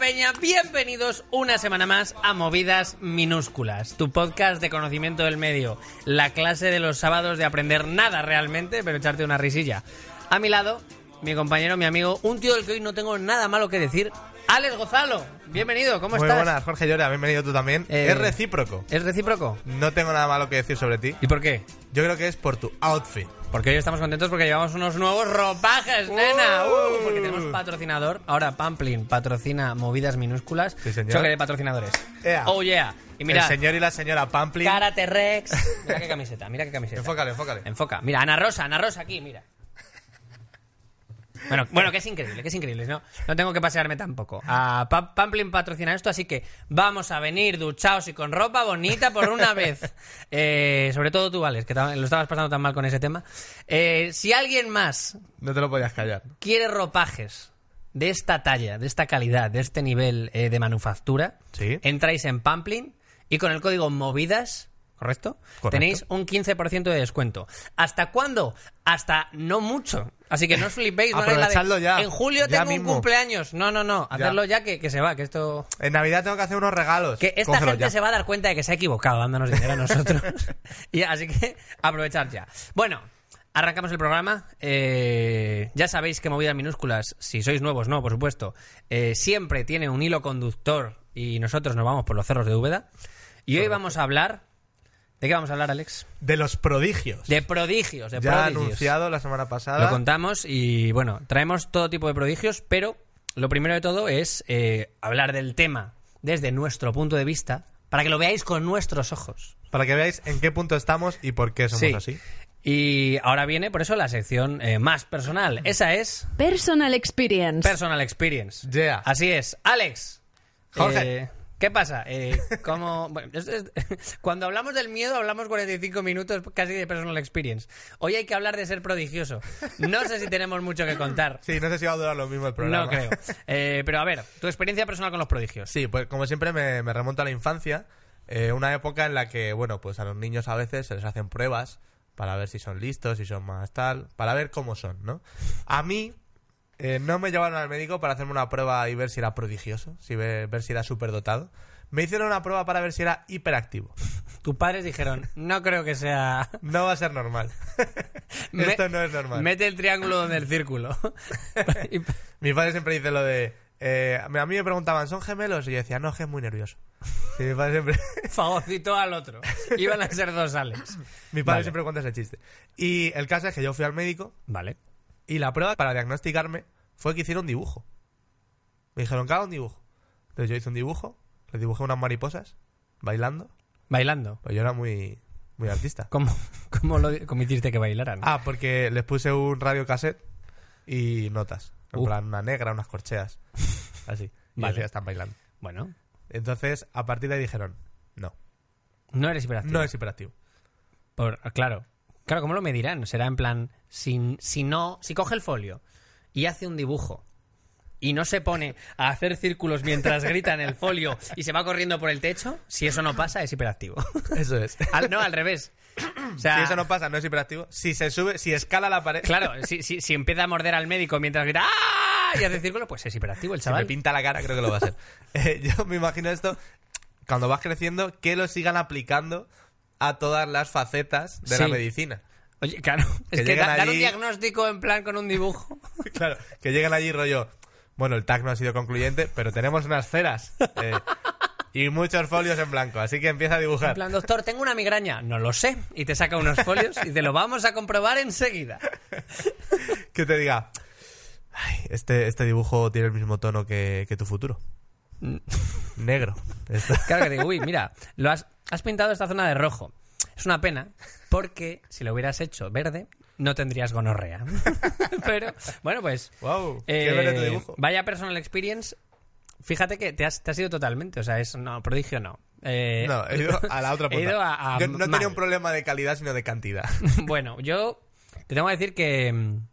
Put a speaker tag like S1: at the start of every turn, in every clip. S1: Peña, bienvenidos una semana más a Movidas Minúsculas, tu podcast de conocimiento del medio, la clase de los sábados de aprender nada realmente, pero echarte una risilla. A mi lado, mi compañero, mi amigo, un tío del que hoy no tengo nada malo que decir, Alex Gozalo. Bienvenido, ¿cómo
S2: Muy
S1: Pues estás?
S2: buenas, Jorge Llora, bienvenido tú también.
S1: Eh,
S2: es recíproco.
S1: ¿Es recíproco?
S2: No tengo nada malo que decir sobre ti.
S1: ¿Y por qué?
S2: Yo creo que es por tu outfit.
S1: Porque hoy estamos contentos porque llevamos unos nuevos ropajes, nena.
S2: ¡Uh!
S1: Uh, porque tenemos patrocinador. Ahora Pamplin patrocina movidas minúsculas.
S2: Sí, señor.
S1: Choque de patrocinadores.
S2: Ea.
S1: Oh, yeah. Y mira,
S2: El señor y la señora Pamplin.
S1: Karate Rex. Mira qué camiseta, mira qué camiseta.
S2: Enfócale, enfócale.
S1: Enfoca. Mira, Ana Rosa, Ana Rosa aquí, mira. Bueno, bueno, que es increíble, que es increíble, ¿no? No tengo que pasearme tampoco. A Pa- Pamplin patrocina esto, así que vamos a venir duchados y con ropa bonita por una vez. Eh, sobre todo tú, Alex, que ta- lo estabas pasando tan mal con ese tema. Eh, si alguien más
S2: No te lo podías callar.
S1: quiere ropajes de esta talla, de esta calidad, de este nivel eh, de manufactura,
S2: Sí.
S1: entráis en Pamplin y con el código MOVIDAS, ¿correcto?
S2: Correcto.
S1: Tenéis un 15% de descuento. ¿Hasta cuándo? Hasta no mucho. Así que no os flipéis. no hagáis la de,
S2: Aprovechadlo ya,
S1: En julio
S2: ya
S1: tengo
S2: mismo".
S1: un cumpleaños. No, no, no. Hacerlo ya, que, que se va, que esto...
S2: En Navidad tengo que hacer unos regalos.
S1: Que esta
S2: Cógelo
S1: gente
S2: ya.
S1: se va a dar cuenta de que se ha equivocado dándonos dinero a nosotros. y así que aprovechar ya. Bueno, arrancamos el programa. Eh, ya sabéis que movidas minúsculas, si sois nuevos, no, por supuesto, eh, siempre tiene un hilo conductor y nosotros nos vamos por los cerros de Úbeda. Y hoy vamos a hablar. ¿De qué vamos a hablar, Alex?
S2: De los prodigios.
S1: De prodigios, de
S2: ya
S1: prodigios.
S2: anunciado la semana
S1: Lo
S2: pasada.
S1: contamos y bueno, traemos todo tipo de prodigios, pero lo primero de todo es eh, hablar del tema desde nuestro punto de vista para que lo veáis con nuestros ojos.
S2: Para que veáis en qué punto estamos y por qué somos
S1: Sí.
S2: así.
S1: Y ahora viene por eso la sección eh, más personal. Esa es
S3: Personal Experience.
S1: Personal Experience.
S2: Yeah.
S1: Así es. Alex.
S2: Jorge.
S1: eh, ¿Qué pasa? Eh, ¿cómo- bueno, es- es- cuando hablamos del miedo hablamos 45 minutos casi de personal experience. Hoy hay que hablar de ser prodigioso. No sé si tenemos mucho que contar.
S2: Sí, no sé si va a durar lo mismo el programa.
S1: No creo. Eh, pero a ver, tu experiencia personal con los prodigios.
S2: Sí, pues como siempre me, me remonto a la infancia, eh, una época en la que, bueno, pues a los niños a veces se les hacen pruebas para ver si son listos, si son más tal, para ver cómo son, ¿no? A mí eh, no me llevaron al médico para hacerme una prueba y ver si era prodigioso, si ve- ver si era superdotado. Me hicieron una prueba para ver si era hiperactivo.
S1: Tus padres dijeron, no creo que sea...
S2: No va a ser normal.
S1: Me-
S2: Esto no es normal.
S1: Mete el triángulo donde el círculo. Y-
S2: Mi padre siempre dice lo de... eh, a mí me preguntaban, ¿son gemelos? Y yo decía, no, es que es muy nervioso. Y mi padre siempre...
S1: fagocitó al otro. Iban a ser dos Alex.
S2: Mi padre
S1: Vale.
S2: siempre cuenta ese chiste. Y el caso es que yo fui al médico
S1: Vale.
S2: y la prueba para diagnosticarme fue que hiciera un dibujo. Me dijeron que haga un dibujo. Entonces yo hice un dibujo, le dibujé unas mariposas bailando.
S1: Bailando.
S2: Pues yo era muy, muy artista.
S1: ¿Cómo, cómo, lo, cómo hiciste que bailaran?
S2: Ah, porque les puse un radio cassette y notas. En
S1: Uh.
S2: plan, una negra, unas corcheas. Así. Y
S1: Vale.
S2: decía, están bailando.
S1: Bueno,
S2: Entonces, a partir de ahí dijeron, no,
S1: no eres hiperactivo.
S2: no es hiperactivo.
S1: Por- ah, claro. Claro, ¿cómo lo medirán? Será en plan, si, si no, si coge el folio y hace un dibujo y no se pone a hacer círculos mientras grita en el folio y se va corriendo por el techo, si eso no pasa, es hiperactivo.
S2: Eso es.
S1: Al- no, al revés. O sea,
S2: si eso no pasa, no es hiperactivo. Si se sube, si escala la pared,
S1: claro, si, si, si empieza a morder al médico mientras grita ¡Ah! y hace círculos, pues es hiperactivo el
S2: Si me
S1: chaval.
S2: pinta la cara, creo que lo va a ser. Eh, yo me imagino esto, cuando vas creciendo, que lo sigan aplicando a todas las facetas de la
S1: Sí.
S2: medicina.
S1: Oye, claro, es que
S2: Que llegan
S1: da- dar un
S2: allí-
S1: diagnóstico en plan con un dibujo.
S2: Claro, que llegan allí rollo, bueno, el TAC no ha sido concluyente, pero tenemos unas ceras eh, y muchos folios en blanco, así que empieza a
S1: En
S2: dibujar.
S1: plan, doctor, tengo una migraña. No lo sé. Y te saca unos folios y te lo vamos a comprobar enseguida.
S2: Que te diga,
S1: Mm.
S2: "Ay, este, este dibujo tiene el mismo tono que, que tu futuro. negro. Está-
S1: Claro que digo, uy, mira, lo has, has pintado esta zona de rojo. Es una pena, porque si lo hubieras hecho verde, no tendrías gonorrea. Pero, bueno, pues.
S2: Wow,
S1: eh,
S2: qué verde tu dibujo.
S1: Vaya personal experience. Fíjate que te has, te has ido totalmente. O sea, es no, prodigio no. Eh,
S2: No, he ido a la otra
S1: he
S2: punta.
S1: ido a- a
S2: Yo no
S1: mal.
S2: tenía un problema de calidad, sino de cantidad.
S1: Bueno, yo te tengo que decir que. mm,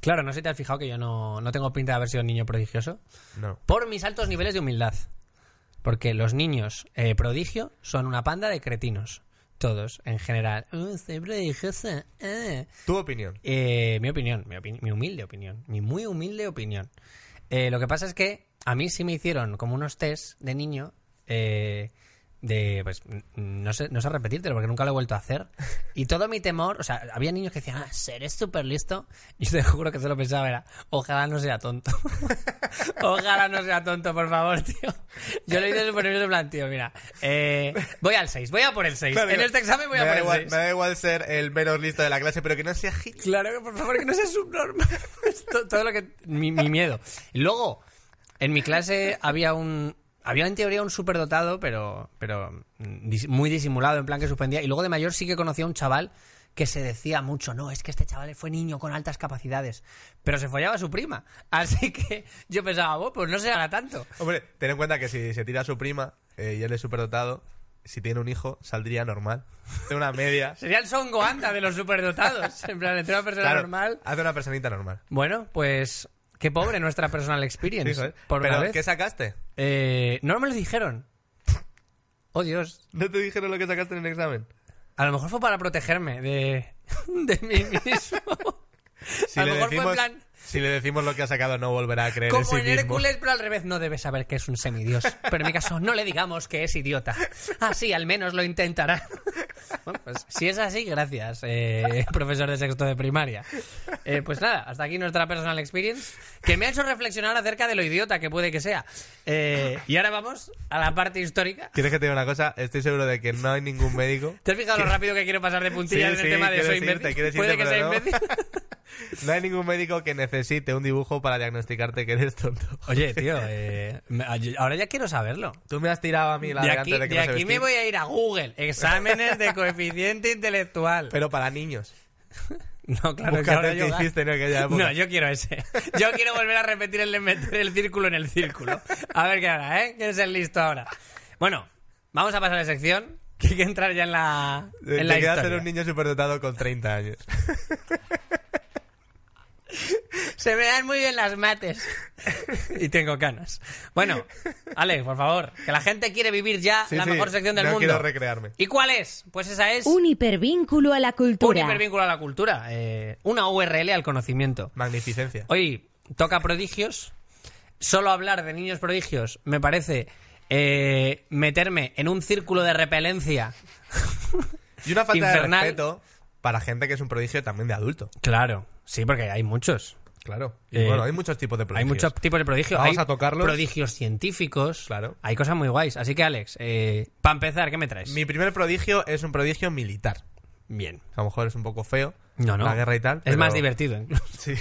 S1: Claro, no sé si te has fijado que yo no, no tengo pinta de haber sido niño prodigioso.
S2: No.
S1: Por mis altos niveles de humildad. Porque los niños eh, prodigio son una panda de cretinos. Todos, en general. "Uh, soy prodigiosa, ah".
S2: Tu opinión.
S1: Eh, mi opinión, mi, opini- mi humilde opinión. Mi muy humilde opinión. Eh, lo que pasa es que a mí sí me hicieron como unos test de niño. eh, de, pues, n- no sé, no sé repetírtelo porque nunca lo he vuelto a hacer. Y todo mi temor, o sea, había niños que decían, ah, seré súper listo. Y yo te juro que solo pensaba, era, ojalá no sea tonto. ojalá no sea tonto, por favor, tío. Yo le hice súper nervioso, en plan, tío, mira, eh, voy al 6, voy a por el 6.
S2: Claro,
S1: en
S2: digo,
S1: este examen voy a
S2: me da
S1: por el
S2: igual-
S1: 6.
S2: Me da igual ser el menos listo de la clase, pero que no sea hit.
S1: Claro que por favor que no sea subnormal. Es to- todo lo que mi, mi miedo. Luego, en mi clase había un había en teoría un superdotado, pero pero mm, dis- muy disimulado, en plan que suspendía y luego de mayor sí que conocía a un chaval que se decía mucho, no, es que este chaval fue niño con altas capacidades, pero se follaba a su prima. Así que yo pensaba, "Oh, pues no se haga tanto.
S2: Hombre, ten en cuenta que si se tira a su prima eh, y él es superdotado, si tiene un hijo, saldría normal. Tiene una media.
S1: Sería el Son Goanda de los superdotados. En plan, entre una persona
S2: Claro,
S1: normal.
S2: Hace una personita normal.
S1: Bueno, pues qué pobre nuestra personal experience.
S2: Hijo, ¿eh?
S1: por una
S2: pero,
S1: vez.
S2: ¿qué sacaste?
S1: Eh, no me lo dijeron. Oh Dios.
S2: ¿No te dijeron lo que sacaste en el examen?
S1: A lo mejor fue para protegerme de, de mí mismo.
S2: Si
S1: a lo
S2: le,
S1: mejor
S2: decimos,
S1: fue en plan.
S2: si le decimos lo que ha sacado, no volverá a creer en
S1: Como
S2: sí
S1: en
S2: mismo.
S1: Hércules, pero al revés, no debe saber que es un semidios. Pero en mi caso, no le digamos que es idiota. Así al menos lo intentará. Bueno, pues si es así, gracias, eh, profesor de sexto de primaria. Eh, pues nada, hasta aquí nuestra personal experience, que me ha hecho reflexionar acerca de lo idiota que puede que sea. Eh, y ahora vamos a la parte histórica.
S2: ¿Quieres que te diga una cosa? Estoy seguro de que no hay ningún médico.
S1: ¿Te has fijado lo rápido que quiero pasar de puntilla
S2: Sí,
S1: en el
S2: sí,
S1: tema de
S2: quiero
S1: soy
S2: decirte,
S1: imbécil?
S2: quiero
S1: Puede
S2: decirte,
S1: que sea
S2: pero no.
S1: imbécil.
S2: No hay ningún médico que necesite un dibujo para diagnosticarte que eres tonto.
S1: Oye, tío, eh, me- ahora ya quiero saberlo.
S2: Tú me has tirado a mí la
S1: de
S2: de
S1: aquí,
S2: antes de que
S1: de
S2: no sé
S1: aquí me
S2: vestir,
S1: voy a ir a Google. Exámenes de coeficiente intelectual.
S2: Pero para niños.
S1: no, claro que
S2: Búscate
S1: ahora
S2: el
S1: yo
S2: que
S1: gano.
S2: hiciste en aquella época.
S1: No, yo quiero ese. Yo quiero volver a repetir el de meter el círculo en el círculo. A ver qué hará, ¿eh? ¿Quién es el listo ahora? Bueno, vamos a pasar a la sección. Que hay que entrar ya en la,
S2: Eh,
S1: en
S2: te
S1: la
S2: quedas
S1: historia.
S2: en un niño superdotado con 30 años.
S1: Se me dan muy bien las mates. y tengo canas. Bueno, Alex, por favor, que la gente quiere vivir ya
S2: Sí,
S1: la
S2: sí,
S1: mejor sección del
S2: no
S1: mundo.
S2: quiero recrearme.
S1: ¿Y cuál es? Pues esa es
S3: Un hipervínculo a la
S1: un
S3: cultura.
S1: hipervínculo a la cultura. eh, una URL al conocimiento.
S2: Magnificencia.
S1: Hoy toca prodigios. Solo hablar de niños prodigios me parece eh, meterme en un círculo de repelencia.
S2: Y una falta
S1: infernal.
S2: de respeto para gente que es un prodigio también de adulto.
S1: Claro, sí, porque hay muchos.
S2: Claro.
S1: Eh,
S2: bueno, hay muchos tipos de prodigios.
S1: Hay muchos tipos de prodigios.
S2: Vamos
S1: Hay
S2: a tocarlos.
S1: Prodigios científicos.
S2: Claro.
S1: Hay cosas muy guays. Así que, Alex, para empezar, ¿qué me traes?
S2: Mi primer prodigio es un prodigio militar.
S1: Bien.
S2: A lo mejor es un poco feo.
S1: No, no.
S2: La guerra y tal.
S1: Es más
S2: pero-
S1: divertido. ¿eh?
S2: Sí.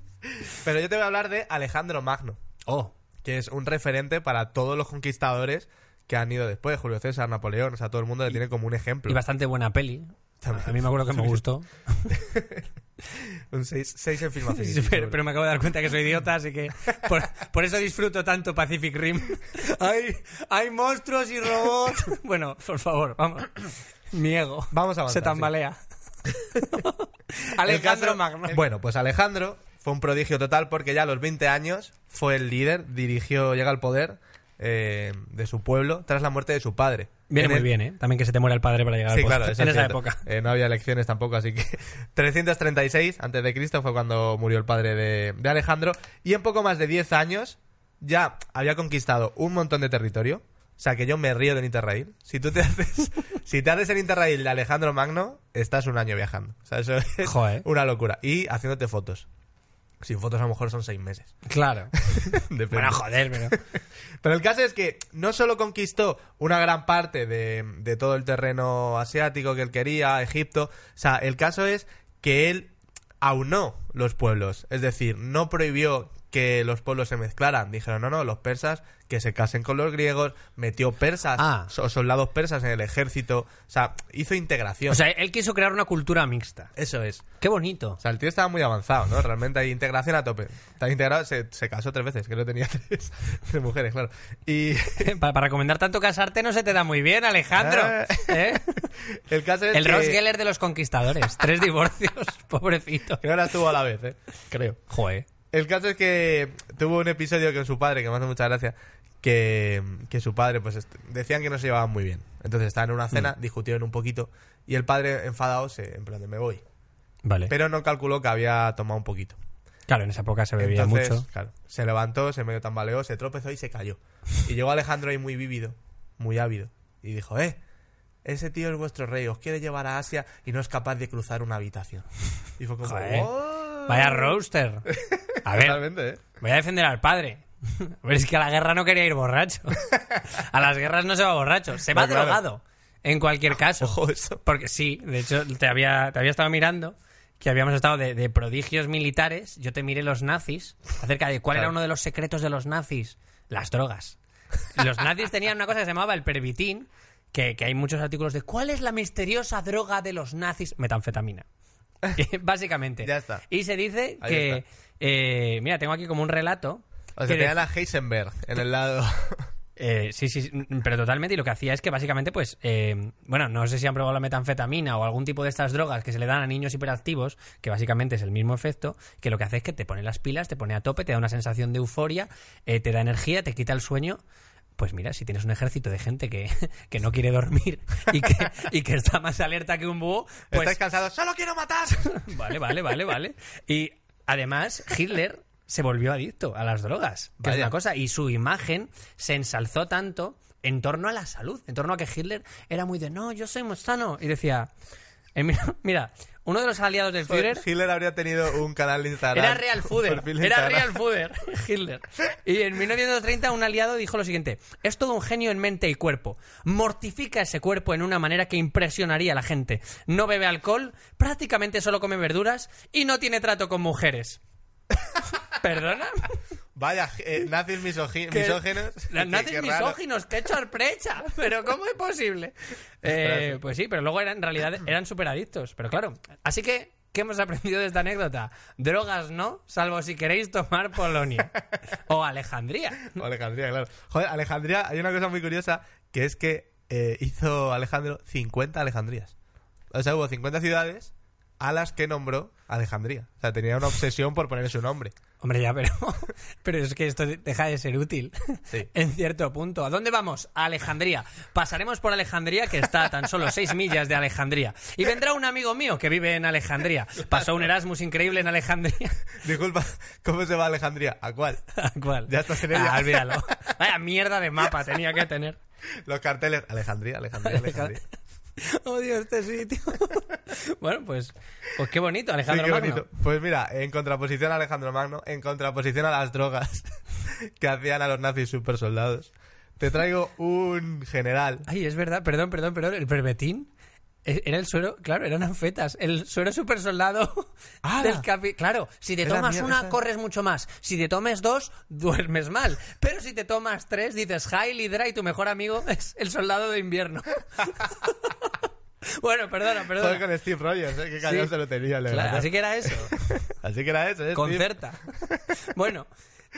S2: pero yo te voy a hablar de Alejandro Magno,
S1: oh.
S2: que es un referente para todos los conquistadores que han ido después. Julio César, Napoleón, o sea, todo el mundo le tiene como un ejemplo.
S1: Y bastante buena peli.
S2: También.
S1: A mí me acuerdo que me gustó.
S2: Un 6 en Film
S1: Sí,
S2: Affinity,
S1: pero,
S2: seguro.
S1: pero me acabo de dar cuenta que soy idiota, así que por, por eso disfruto tanto Pacific Rim. hay, hay monstruos y robots. Bueno, por favor, vamos. Mi ego
S2: Vamos a avanzar,
S1: se tambalea. Alejandro
S2: El caso-
S1: Magno.
S2: Bueno, pues Alejandro fue un prodigio total porque ya a los 20 años fue el líder, dirigió, llega al poder eh, de su pueblo tras la muerte de su padre.
S1: Viene
S2: En
S1: muy
S2: el-
S1: bien, ¿eh? También que se te muera el padre para llegar
S2: Sí,
S1: al
S2: claro,
S1: poder.
S2: eso
S1: pues, en
S2: es
S1: esa
S2: cierto.
S1: época.
S2: Eh, no había elecciones tampoco, así que 336 antes de Cristo fue cuando murió el padre de, de Alejandro y en poco más de 10 años ya había conquistado un montón de territorio. O sea que yo me río del Interrail. Si tú te haces, si te haces el Interrail de Alejandro Magno, estás un año viajando. O sea, eso es
S1: Joder.
S2: una locura. Y haciéndote fotos. Sin fotos a lo mejor son seis meses.
S1: Claro.
S2: Depende.
S1: Bueno, joder, pero.
S2: Pero el caso es que no solo conquistó una gran parte de, de todo el terreno asiático que él quería, Egipto, o sea, el caso es que él aunó los pueblos, es decir, no prohibió que los pueblos se mezclaran. Dijeron, no, no, los persas que se casen con los griegos, metió persas,
S1: Ah.
S2: so- soldados persas en el ejército, o sea, hizo integración.
S1: O sea, él quiso crear una cultura mixta.
S2: eso es.
S1: Qué bonito.
S2: O sea, el tío estaba muy avanzado, ¿no? Realmente hay integración a tope. Está integrado, se, se casó tres veces, creo que tenía tres, tres mujeres, claro. Y
S1: para, ¿eh? para recomendar tanto casarte no se te da muy bien, Alejandro.
S2: Ah.
S1: ¿Eh?
S2: el caso es
S1: El
S2: que...
S1: Ross Geller de los conquistadores. Tres divorcios, pobrecito.
S2: Creo que las tuvo a la vez, ¿eh? Creo.
S1: Joder.
S2: El caso es que tuvo un episodio con su padre, que me hace mucha gracia, que, que su padre, pues est- decían que no se llevaban muy bien. Entonces estaban en una
S1: Mm.
S2: cena, discutieron un poquito, y el padre, enfadado, se, en plan de me voy.
S1: Vale.
S2: Pero no calculó que había tomado un poquito.
S1: claro, en esa época se bebía
S2: Entonces,
S1: mucho.
S2: claro, se levantó, se medio tambaleó, se tropezó y se cayó. Y llegó Alejandro ahí muy vívido, muy ávido, y dijo, eh, ese tío es vuestro rey, os quiere llevar a Asia y no es capaz de cruzar una habitación. Y fue como...
S1: Joder.
S2: "Oh".
S1: Vaya roaster. A ver,
S2: Totalmente, ¿eh?
S1: voy a defender al padre. A ver, es que a la guerra no quería ir borracho. A las guerras no se va borracho, se va
S2: No, claro.
S1: drogado. En cualquier caso.
S2: Ojo eso.
S1: Porque sí, de hecho, te había, te había estado mirando que habíamos estado de, de prodigios militares. Yo te miré los nazis acerca de cuál era
S2: Claro.
S1: uno de los secretos de los nazis. Las drogas. Los nazis tenían una cosa que se llamaba el pervitín, que, que hay muchos artículos de cuál es la misteriosa droga de los nazis. Metanfetamina. Básicamente.
S2: Ya está.
S1: Y se dice
S2: Ahí
S1: que...
S2: está.
S1: eh, mira, tengo aquí como un relato.
S2: O sea,
S1: que
S2: tenía
S1: de-
S2: la Heisenberg en el lado.
S1: eh, sí, sí, sí, mm, pero totalmente. Y lo que hacía es que básicamente, pues, eh, bueno, no sé si han probado la metanfetamina o algún tipo de estas drogas que se le dan a niños hiperactivos, que básicamente es el mismo efecto, que lo que hace es que te pone las pilas, te pone a tope, te da una sensación de euforia, eh, te da energía, te quita el sueño. Pues mira, si tienes un ejército de gente que, que no quiere dormir y que, y que está más alerta que un búho, pues
S2: Estáis cansados, solo quiero matar.
S1: Vale, vale, vale, vale. Y además, Hitler se volvió adicto a las drogas, que es
S2: Vaya.
S1: una cosa, y su imagen se ensalzó tanto en torno a la salud, en torno a que Hitler era muy de, no, yo soy muy sano, y decía, eh, mira, mira, uno de los aliados del Führer
S2: Hitler habría tenido un canal de Instagram.
S1: era Real Fooder.
S2: un perfil de
S1: Era
S2: Instagram.
S1: Real Fooder. Hitler. Y en 1930 un aliado dijo lo siguiente. Es todo un genio en mente y cuerpo. Mortifica ese cuerpo en una manera que impresionaría a la gente. No bebe alcohol, prácticamente solo come verduras y no tiene trato con mujeres. ¿Perdona?
S2: Vaya, eh, nazis misogi-
S1: Que-
S2: misógenos.
S1: Los
S2: Qué-
S1: nazis
S2: qué raro.
S1: misóginos, qué sorpresa. Pero ¿cómo es posible? Eh, pues sí, pero luego eran, en realidad eran superadictos. Pero claro, así que, ¿qué hemos aprendido de esta anécdota? Drogas no, salvo si queréis tomar Polonia o Alejandría.
S2: O Alejandría, claro. Joder, Alejandría, hay una cosa muy curiosa que es que eh, hizo Alejandro 50 Alejandrías. O sea, hubo 50 ciudades a las que nombró Alejandría. O sea, tenía una obsesión por poner su nombre.
S1: Hombre, ya, pero, pero es que esto deja de ser útil
S2: Sí.
S1: en cierto punto. ¿A dónde vamos? A Alejandría. Pasaremos por Alejandría, que está a tan solo seis millas de Alejandría. Y vendrá un amigo mío que vive en Alejandría. Pasó un Erasmus increíble en Alejandría.
S2: Disculpa, ¿cómo se va Alejandría? ¿A cuál?
S1: ¿A ¿Cuál?
S2: Ya estás en ella.
S1: Ah, olvídalo. Vaya mierda de mapa tenía que tener.
S2: Los carteles. Alejandría, Alejandría, Alejandría.
S1: Odio este sitio. bueno, pues, pues qué bonito, Alejandro
S2: Sí, qué
S1: Magno.
S2: bonito. Pues mira, en contraposición a Alejandro Magno, en contraposición a las drogas que hacían a los nazis super soldados, te traigo un general.
S1: Ay, es verdad, perdón, perdón, perdón. El perbetín e- era el suero, claro, eran anfetas. El suero super soldado del
S2: ¡Hala!
S1: capi. Claro, si te
S2: Era
S1: tomas
S2: mía-
S1: una,
S2: esa-
S1: corres mucho más. Si te tomes dos, duermes mal. Pero si te tomas tres, dices Hail Dry, tu mejor amigo es el soldado de invierno. bueno, perdona,
S2: Joder,
S1: perdona.
S2: con Steve Rogers, ¿eh? que callado
S1: Sí.
S2: se lo tenía. el
S1: Claro,
S2: desgraciado.
S1: así que era eso.
S2: Así que era eso, ¿eh? Steve?
S1: Concerta. Bueno.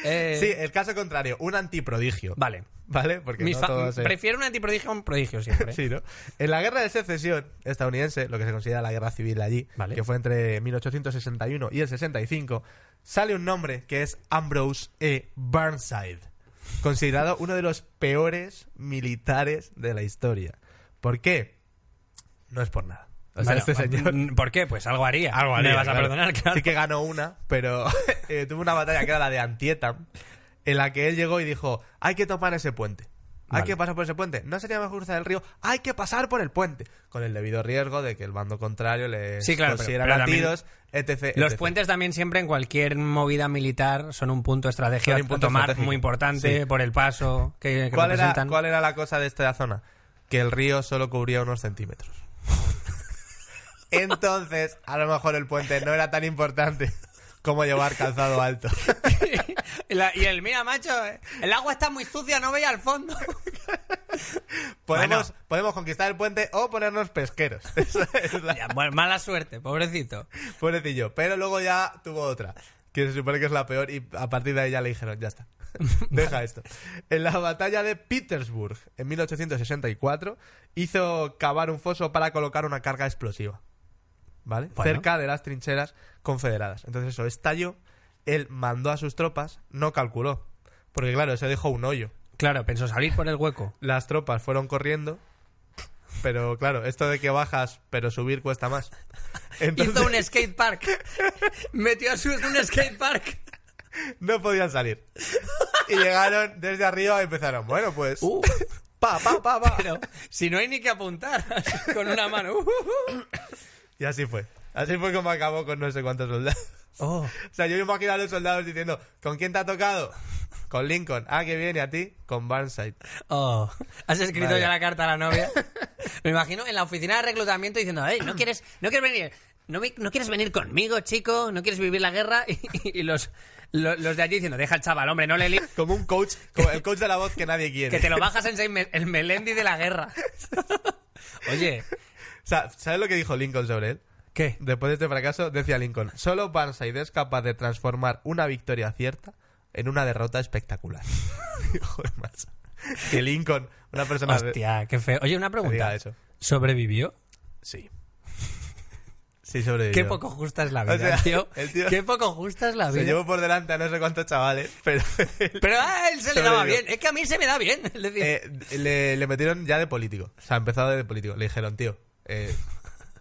S1: eh,
S2: Sí, el caso contrario, un antiprodigio.
S1: Vale.
S2: ¿Vale? Porque
S1: Mis
S2: no
S1: fa-
S2: todo se-
S1: Prefiero un antiprodigio a un prodigio siempre.
S2: Sí, ¿no? En la guerra de secesión estadounidense, lo que se considera la guerra civil allí,
S1: Vale.
S2: que fue entre 1861 y el 65, sale un nombre que es Ambrose E. Burnside, considerado uno de los peores militares de la historia. ¿Por qué? No es por nada. O sea,
S1: Bueno,
S2: este señor...
S1: mm, ¿Por qué? Pues algo haría.
S2: Algo haría,
S1: Me vas a
S2: claro.
S1: perdonar, claro.
S2: Sí que ganó una, pero eh, tuvo una batalla que era la de Antietam, en la que él llegó y dijo, hay que topar ese puente. Hay
S1: Vale.
S2: que pasar por ese puente. No sería mejor cruzar el río. Hay que pasar por el puente. Con el debido riesgo de que el bando contrario le
S1: Sí, claro, pero-
S2: consiguiera
S1: pero también-
S2: latidos, etc.
S1: Los
S2: etc..
S1: puentes también siempre en cualquier movida militar son un punto estratégico
S2: Son un punto
S1: a tomar
S2: estratégico.
S1: muy importante
S2: Sí.
S1: por el paso que, que
S2: ¿Cuál era,
S1: representan.
S2: cuál era la cosa de esta zona? Que el río solo cubría unos centímetros. Entonces, a lo mejor el puente no era tan importante como llevar calzado alto.
S1: Y, la- y el, mira, macho, eh, el agua está muy sucia, no veía al fondo.
S2: Podemos, podemos conquistar el puente o ponernos pesqueros. Esa es la-
S1: Ya, bueno, mala suerte, pobrecito.
S2: Pobrecillo. Pero luego ya tuvo otra, que se supone que es la peor, y a partir de ahí ya le dijeron, ya está. Deja esto. En la batalla de Petersburg, en 1864, hizo cavar un foso para colocar una carga explosiva. ¿Vale?
S1: Bueno.
S2: Cerca de las trincheras confederadas. Entonces eso estalló, él mandó a sus tropas, no calculó. Porque claro, eso dejó un hoyo.
S1: Claro, pensó salir por el hueco.
S2: Las tropas fueron corriendo, pero claro, esto de que bajas, pero subir cuesta más. Entonces-
S1: Hizo un skate park. Metió a su en un skate park.
S2: no podían salir. Y llegaron desde arriba y empezaron, bueno, pues...
S1: Uh.
S2: Pa, pa, pa, pa.
S1: Pero si no hay ni que apuntar así, con una mano. Uh, uh, uh.
S2: Y así fue. Así fue como acabó con no sé cuántos soldados. O sea, yo me imagino a los soldados diciendo, ¿con quién te ha tocado? Con Lincoln. Ah, que viene a ti. Con Barnside.
S1: Oh. ¿Has escrito
S2: Vaya.
S1: ya la carta a la novia? Me imagino en la oficina de reclutamiento diciendo, hey, ¿no quieres, no quieres venir? ¿No, me- no quieres venir conmigo, chico? ¿No quieres vivir la guerra? Y, y los, lo- los, de allí diciendo, deja al chaval, hombre, no le líes,
S2: Como un coach, como el coach de la voz que nadie quiere.
S1: que te lo bajas en seis me- el Melendi de la guerra. Oye,
S2: O sea, ¿sabes lo que dijo Lincoln sobre él?
S1: ¿qué?
S2: Después de este fracaso, decía Lincoln, solo Barnside es capaz de transformar una victoria cierta en una derrota espectacular. Joder, macho. Que Lincoln, una persona... de-
S1: Hostia, qué feo. Oye, una pregunta.
S2: diga eso.
S1: ¿Sobrevivió?
S2: Sí. Sí, sobrevivió.
S1: Qué poco justa es la vida,
S2: sea,
S1: tío.
S2: el tío-
S1: Qué poco justa es la
S2: Se
S1: vida.
S2: llevó por delante a no sé cuántos chavales, pero él,
S1: Pero a él se le daba
S2: Sobrevivió.
S1: bien. Es que a mí se me da bien. Es decir,
S2: eh, le, le metieron ya de político. O sea, empezado de político. Le dijeron, tío, eh,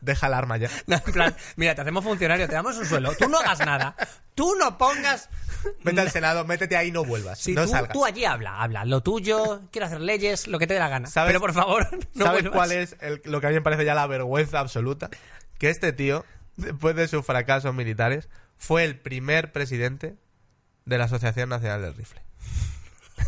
S2: deja el arma ya.
S1: no, en plan, mira, te hacemos funcionario, te damos un suelo. Tú no hagas nada. Tú no pongas...
S2: Vete al Senado, métete ahí y no vuelvas.
S1: Si
S2: no
S1: tú,
S2: salgas.
S1: tú allí habla, habla. Lo tuyo, quiero hacer leyes, lo que te dé la gana.
S2: ¿Sabes-
S1: Pero por favor, no
S2: ¿Sabes
S1: vuelvas.
S2: cuál es el- lo que a mí me parece ya la vergüenza absoluta? Que este tío, después de sus fracasos militares, fue el primer presidente de la Asociación Nacional del Rifle.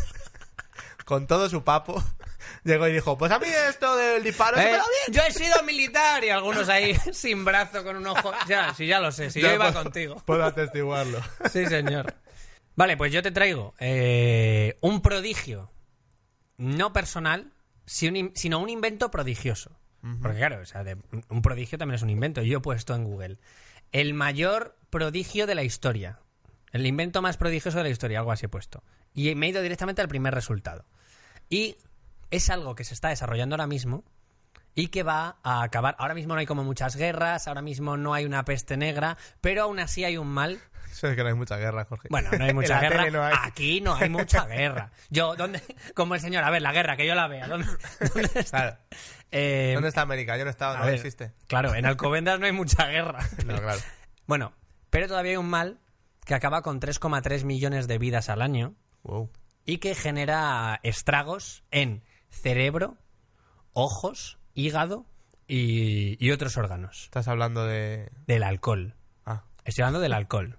S2: Con todo su papo, llegó y dijo, pues a mí esto del disparo se
S1: Eh,
S2: me da bien.
S1: yo he sido militar y algunos ahí sin brazo, con un ojo. Ya, sí, ya lo sé, si yo, iba
S2: puedo-
S1: contigo.
S2: Puedo atestiguarlo.
S1: Sí, señor. Vale, pues yo te traigo eh, un prodigio, no personal, si un in- sino un invento prodigioso. Porque claro, o sea, de- un prodigio también es un invento. Yo he puesto en Google el mayor prodigio de la historia, el invento más prodigioso de la historia, algo así he puesto. Y me he ido directamente al primer resultado. Y es algo que se está desarrollando ahora mismo y que va a acabar. Ahora mismo no hay como muchas guerras, ahora mismo no hay una peste negra, pero aún así hay un mal
S2: Eso es que no hay mucha guerra, Jorge.
S1: bueno, no hay
S2: En
S1: mucha
S2: la tele
S1: guerra. Ah,
S2: no hay.
S1: Aquí no hay mucha guerra. Yo, ¿dónde? Como el señor, a ver, la guerra, que yo la vea. ¿Dónde, dónde está?
S2: Claro.
S1: Eh,
S2: ¿Dónde está América? Yo no he estado,
S1: a
S2: no
S1: ver,
S2: existe.
S1: Claro, en Alcobendas no hay mucha guerra.
S2: No, claro.
S1: Bueno, pero todavía hay un mal que acaba con 3,3 millones de vidas al año
S2: Wow.
S1: y que genera estragos en cerebro, ojos, hígado y, y otros órganos.
S2: Estás hablando de...
S1: Del alcohol.
S2: Ah,
S1: Estoy hablando del alcohol.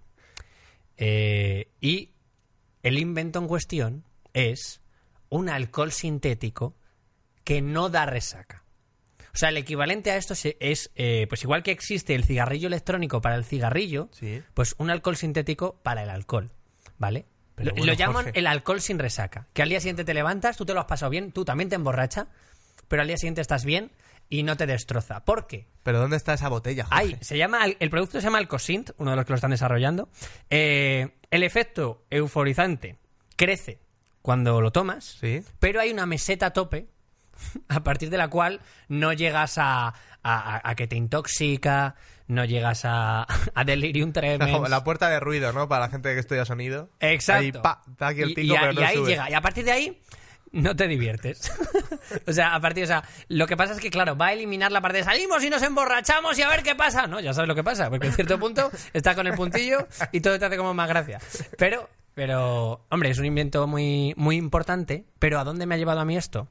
S1: Eh, y el invento en cuestión es un alcohol sintético que no da resaca. O sea, el equivalente a esto se- es, eh, pues igual que existe el cigarrillo electrónico para el cigarrillo,
S2: sí.
S1: pues un alcohol sintético para el alcohol, ¿vale?
S2: Pero
S1: lo,
S2: bueno,
S1: lo llaman
S2: Jorge.
S1: el alcohol sin resaca, que al día siguiente te levantas, tú te lo has pasado bien, tú también te emborracha, pero al día siguiente estás bien y no te destroza. ¿Por qué?
S2: Pero ¿dónde está esa botella, Jorge?
S1: Hay, se llama, el producto se llama Alcosint, uno de los que lo están desarrollando. Eh, el efecto euforizante crece cuando lo tomas,
S2: Sí.
S1: pero hay una meseta a tope a partir de la cual no llegas a, a- a- a que te intoxica, no llegas a, a delirium
S2: O sea, como
S1: tremens.
S2: la puerta de ruido, ¿no? Para la gente que estudia sonido.
S1: Exacto.
S2: Ahí, pa, da aquí el
S1: Y-
S2: pico,
S1: y, a-
S2: pero no
S1: y ahí
S2: sube.
S1: llega. Y a partir de ahí no te diviertes. o sea, a partir, o sea, lo que pasa es que, claro, va a eliminar la parte de salimos y nos emborrachamos y a ver qué pasa. No, ya sabes lo que pasa, porque en cierto punto está con el puntillo y todo te hace como más gracia. Pero, pero, hombre, es un invento muy, muy importante. Pero ¿a dónde me ha llevado a mí esto?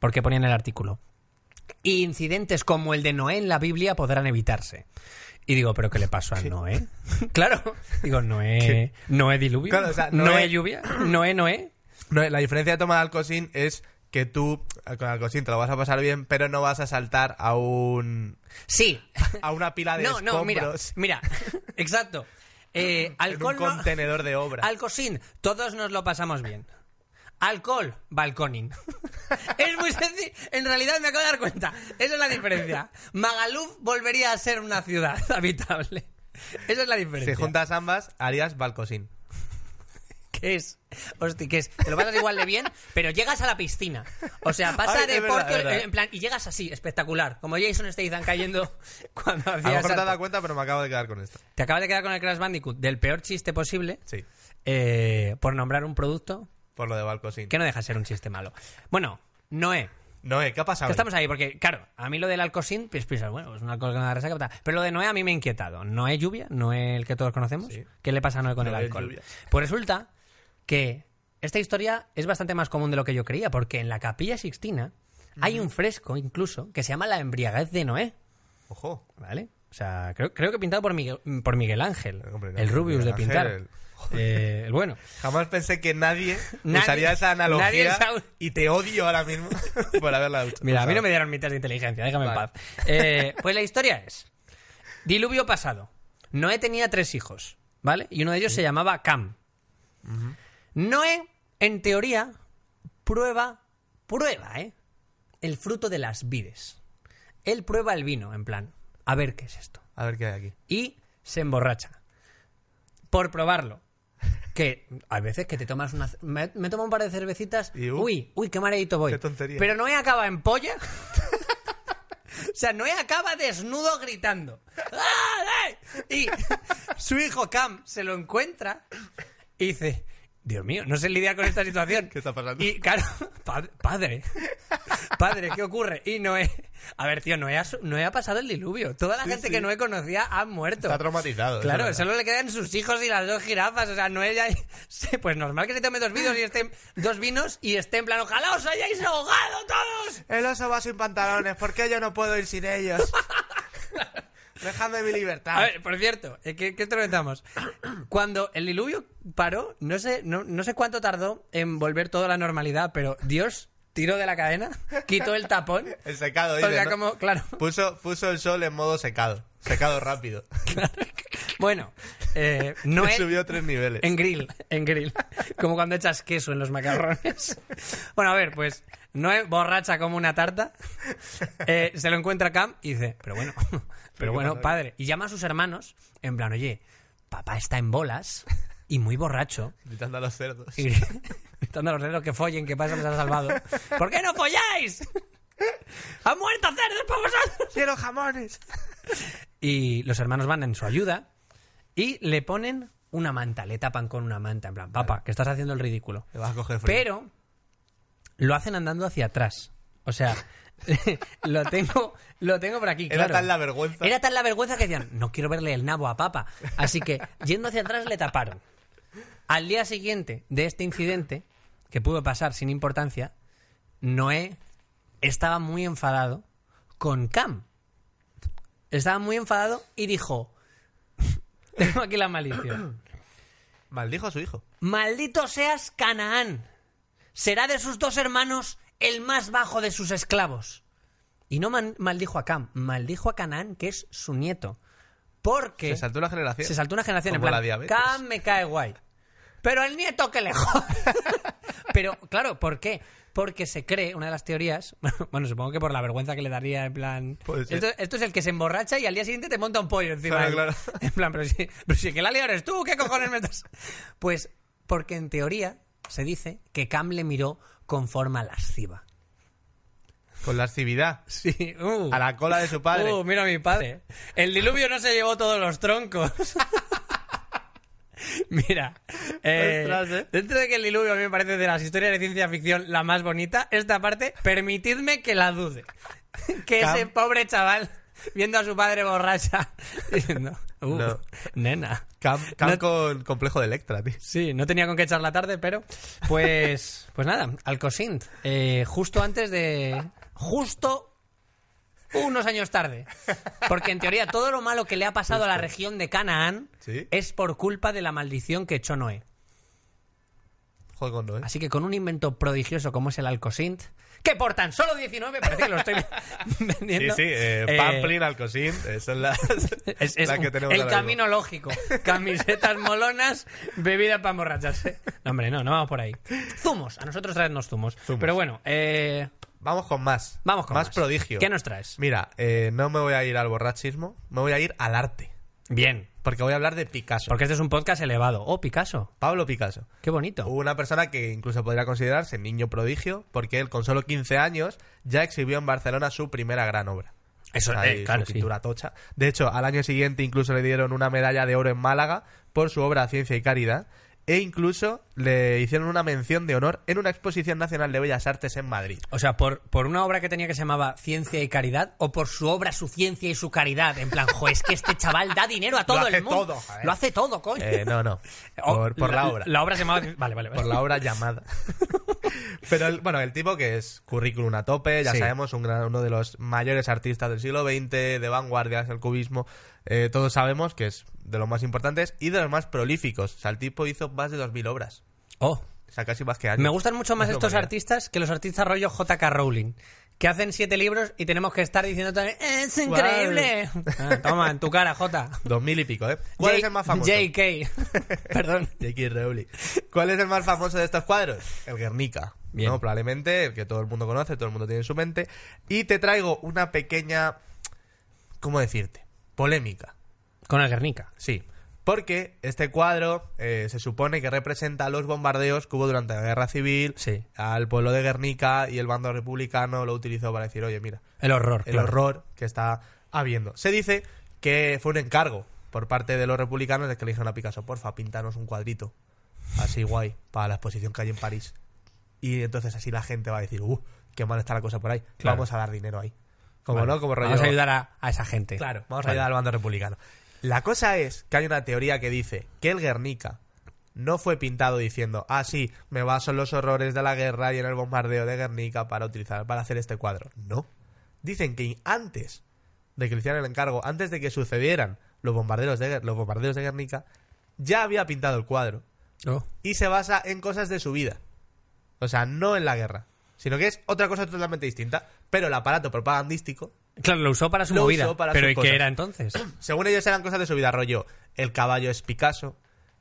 S1: Porque ponía en el artículo. Incidentes como el de Noé en la Biblia podrán evitarse. Y digo, ¿pero qué le pasó a Noé? claro. Digo, Noé. Noé diluvio.
S2: Claro, o sea,
S1: Noé...
S2: Noé-
S1: lluvia. Noé, Noé.
S2: No, la diferencia de tomar alcosin es que tú eh, con alcosin te lo vas a pasar bien, pero no vas a saltar a un
S1: Sí.
S2: a una pila de
S1: No, no, mira.
S2: escombros.
S1: Mira. Exacto. Eh, alcohol
S2: en
S1: no-
S2: un contenedor de obra.
S1: Alcosín, todos nos lo pasamos bien. Alcohol, balconing. es muy sencillo. En realidad me acabo de dar cuenta. Esa es la diferencia. Magaluf volvería a ser una ciudad habitable. Esa es la
S2: si
S1: diferencia.
S2: juntas ambas, harías balcosín.
S1: ¿Qué es? Hostia, ¿qué es? Te lo pasas igual de bien, pero llegas a la piscina. O sea, pasa
S2: Ay,
S1: de
S2: es verdad,
S1: Porto,
S2: es verdad.
S1: en plan, y llegas así, espectacular. Como Jason Statham cayendo cuando
S2: A lo
S1: hacía
S2: mejor te has dado
S1: salto.
S2: cuenta, pero me acabo de quedar con esto.
S1: Te acabas de quedar con el Crash Bandicoot del peor chiste posible
S2: Sí,
S1: eh, por nombrar un producto
S2: por lo de balcosín.
S1: que no deja de ser un chiste malo. Bueno, Noé,
S2: Noé, ¿qué ha pasado?
S1: que
S2: hoy?
S1: estamos ahí, porque claro, a mí lo del alcosín, pues piensas, bueno, es un alcohol que me da resaca, tal. pero lo de Noé a mí me ha inquietado. Noé lluvia, Noé el que todos conocemos.
S2: Sí.
S1: ¿Qué le pasa a Noé con el
S2: Noé
S1: alcohol?
S2: Lluvia.
S1: Pues resulta que esta historia es bastante más común de lo que yo creía, porque en la capilla sixtina hay un fresco incluso que se llama la embriaguez de Noé,
S2: Ojo.
S1: ¿vale? O sea, creo, creo que pintado por Miguel, por Miguel Ángel,
S2: Hombre, no,
S1: el Rubius
S2: Miguel
S1: de pintar.
S2: Ángel,
S1: Eh, el bueno.
S2: Jamás pensé que nadie,
S1: Nadie-
S2: usaría esa
S1: nadie
S2: analogía
S1: sabe-
S2: y te odio ahora mismo por haberla hecho.
S1: Mira, a mí no me
S2: Usado.
S1: dieron mitas de inteligencia, déjame en
S2: Vale.
S1: paz. Eh, pues la historia es: Diluvio pasado. Noé tenía tres hijos, ¿vale? Y uno de ellos se llamaba Cam. Noé, en teoría, prueba, prueba, ¿eh? El fruto de las vides. Él prueba el vino, en plan, a ver qué es esto.
S2: A ver qué hay aquí.
S1: Y se emborracha. Por probarlo. Que hay veces que te tomas una. Me, me tomo un par de cervecitas.
S2: Y, uh,
S1: uy, uy, qué mareadito voy.
S2: qué tontería.
S1: Pero Noé acaba en polla. o sea, Noé acaba desnudo gritando. ¡Ah, dai! Y su hijo Cam se lo encuentra y dice. Dios mío, no sé lidiar con esta situación.
S2: ¿Qué está pasando?
S1: Y claro, pad- padre, padre, ¿qué ocurre? Y Noé, a ver, tío, Noé ha, su- Noé ha pasado el diluvio. Toda la gente que Noé conocía ha muerto.
S2: Está traumatizado.
S1: Claro,
S2: eso es
S1: solo le quedan sus hijos y las dos jirafas. O sea, no ella. Sí, pues normal que se tome dos vinos y esté dos vinos y esté en plan, ojalá os hayáis ahogado todos.
S2: verdad. El oso va sin pantalones. ¿Por qué yo no puedo ir sin ellos? Dejadme mi libertad.
S1: A ver, por cierto, eh, ¿qué, qué tratamos? Cuando el diluvio paró, no sé, no, no sé cuánto tardó en volver toda la normalidad, pero Dios tiró de la cadena, quitó el tapón.
S2: El secado,
S1: O
S2: dice,
S1: sea,
S2: ¿no?
S1: como, claro.
S2: Puso, puso el sol en modo secado. Secado rápido.
S1: Bueno, eh, no es.
S2: Subió tres niveles.
S1: En grill, en grill. Como cuando echas queso en los macarrones. Bueno, a ver, pues no es borracha como una tarta. Eh, se lo encuentra Cam y dice, pero bueno, pero bueno, padre. Y llama a sus hermanos en plan, oye, papá está en bolas y muy borracho.
S2: Gritando a los cerdos.
S1: Y gritando a los renos que follen, que pasa, les ha salvado. ¿Por qué no folláis? ¡Han muerto cerdos por vosotros!
S2: ¡Quiero jamones!
S1: Y los hermanos van en su ayuda y le ponen una manta, le tapan con una manta, en plan, papá, que estás haciendo el ridículo.
S2: Te vas a coger frío.
S1: Pero lo hacen andando hacia atrás. O sea, lo tengo, lo tengo por aquí.
S2: Era
S1: claro.
S2: tan la vergüenza.
S1: Era tan la vergüenza que decían, no quiero verle el nabo a papa. Así que, yendo hacia atrás, le taparon. Al día siguiente de este incidente, que pudo pasar sin importancia, Noé estaba muy enfadado con Cam. Estaba muy enfadado y dijo, tengo aquí la maldición.
S2: Maldijo a su hijo.
S1: Maldito seas Canaán. Será de sus dos hermanos el más bajo de sus esclavos. Y no man- maldijo a Cam, maldijo a Canaán, que es su nieto. Porque
S2: Se saltó una generación.
S1: se saltó una generación en
S2: Como
S1: plan,
S2: la diabetes.
S1: Cam me cae guay. Pero el nieto que le jode. Pero, claro, ¿por qué? Porque se cree, una de las teorías, bueno, supongo que por la vergüenza que le daría, en plan...
S2: Puede ser.
S1: Esto, esto es el que se emborracha y al día siguiente te monta un pollo encima.
S2: Claro,
S1: de él.
S2: claro.
S1: En plan, pero si, pero si el que la liado eres tú, ¿qué cojones me estás? Pues porque en teoría se dice que Cam le miró con forma lasciva.
S2: Con la actividad.
S1: Sí, uh.
S2: A la cola de su padre.
S1: Uh, mira a mi padre. El diluvio no se llevó todos los troncos. mira, eh,
S2: Ostras, ¿eh?
S1: dentro de que el diluvio a mí me parece de las historias de ciencia ficción la más bonita, esta parte, permitidme que la dude. que
S2: Cam-
S1: ese pobre chaval viendo a su padre borracha diciendo, uh,
S2: No.
S1: nena.
S2: Cam, Cam
S1: No-
S2: con complejo de Electra, tío.
S1: Sí, no tenía con qué echar la tarde, pero pues pues nada, Alcosint, eh, justo antes de justo unos años tarde, porque en teoría todo lo malo que le ha pasado a la región de Canaán
S2: Sí.
S1: es por culpa de la maldición que echó Noé.
S2: jodiendo, ¿eh?
S1: Así que con un invento prodigioso como es el Alcosint, que por tan solo 19, parece que lo estoy
S2: Sí,
S1: vendiendo.
S2: sí, eh,
S1: eh,
S2: Pamplin, Alcosín, eh, son las,
S1: Es, es
S2: las que
S1: un-
S2: tenemos
S1: el
S2: ahora mismo.
S1: camino lógico. Camisetas molonas, bebida para emborracharse. No, hombre, no, no vamos por ahí. Zumos, a nosotros traernos zumos.
S2: Zumos.
S1: Pero bueno, eh,
S2: Vamos con más.
S1: vamos con más.
S2: prodigio.
S1: ¿Qué nos traes?
S2: Mira, eh, no me voy a ir al borrachismo, me voy a ir al arte.
S1: Bien,
S2: Porque voy a hablar de Picasso.
S1: porque este es un podcast elevado. Oh, Picasso,
S2: Pablo Picasso.
S1: qué bonito.
S2: Una persona que incluso podría considerarse niño prodigio, porque él con solo 15 años ya exhibió en Barcelona su primera gran obra.
S1: Eso,
S2: Ahí,
S1: eh,
S2: su
S1: claro, sí.
S2: pintura tocha. De hecho, al año siguiente incluso le dieron una medalla de oro en Málaga por su obra Ciencia y Caridad. E incluso le hicieron una mención de honor en una exposición nacional de Bellas Artes en Madrid.
S1: O sea, por, por una obra que tenía que se llamaba Ciencia y Caridad, o por su obra, su ciencia y su caridad. En plan, jo, es que este chaval da dinero a todo
S2: hace
S1: el mundo.
S2: todo, joder.
S1: Lo hace todo, coño.
S2: Eh, no, no.
S1: Oh,
S2: Por, por la obra.
S1: La obra se llamaba. Vale, vale, vale.
S2: por la obra llamada. Pero el- bueno, el tipo que es currículum a tope, ya
S1: Sí.
S2: sabemos, un gran- uno de los mayores artistas del siglo XX, de vanguardias, el cubismo, eh, todos sabemos que es de los más importantes y de los más prolíficos. O sea, el tipo hizo más de 2.000 obras.
S1: Oh.
S2: O sea, casi más que años.
S1: Me gustan mucho más
S2: Es lo
S1: estos
S2: que era.
S1: artistas que los artistas rollo J.K. Rowling, que hacen siete libros y tenemos que estar diciendo también ¡Es increíble! Ah, toma, en tu cara, J.
S2: 2.000 y pico, ¿eh? ¿Cuál
S1: J-
S2: es el más famoso?
S1: J.K. Perdón.
S2: J.K. Rowling. ¿Cuál es el más famoso de estos cuadros? El Guernica.
S1: Bien.
S2: ¿no? Probablemente el que todo el mundo conoce, todo el mundo tiene en su mente. Y te traigo una pequeña. ¿Cómo decirte? Polémica.
S1: Con el Guernica.
S2: Sí. Porque este cuadro eh, se supone que representa los bombardeos que hubo durante la guerra civil
S1: Sí.
S2: al pueblo de Guernica y el bando republicano lo utilizó para decir, oye, mira,
S1: El horror.
S2: el
S1: claro.
S2: horror que está habiendo. Se dice que fue un encargo por parte de los republicanos de que le dijeron a Picasso, porfa, píntanos un cuadrito así guay para la exposición que hay en París. Y entonces así la gente va a decir, uh, qué mal está la cosa por ahí,
S1: Claro.
S2: vamos a dar dinero ahí. Como
S1: Vale. Ah,
S2: no, como rollo...
S1: Vamos a ayudar a, a esa gente.
S2: Claro, vamos a
S1: Vale.
S2: ayudar al bando republicano. La cosa es que hay una teoría que dice que el Guernica no fue pintado diciendo, ah, sí, me baso en los horrores de la guerra y en el bombardeo de Guernica para utilizar, para hacer este cuadro. No. Dicen que antes de que le hicieran el encargo, antes de que sucedieran los bombarderos de, Guer- los bombardeos de Guernica, ya había pintado el cuadro
S1: Oh.
S2: y se basa en cosas de su vida. O sea, no en la guerra, sino que es otra cosa totalmente distinta, pero el aparato propagandístico
S1: Claro, lo usó para su
S2: Lo
S1: movida.
S2: usó para
S1: Pero
S2: sus
S1: ¿y
S2: cosas. Oh.
S1: qué era entonces?
S2: Según ellos eran cosas de su vida, rollo. El caballo es Picasso,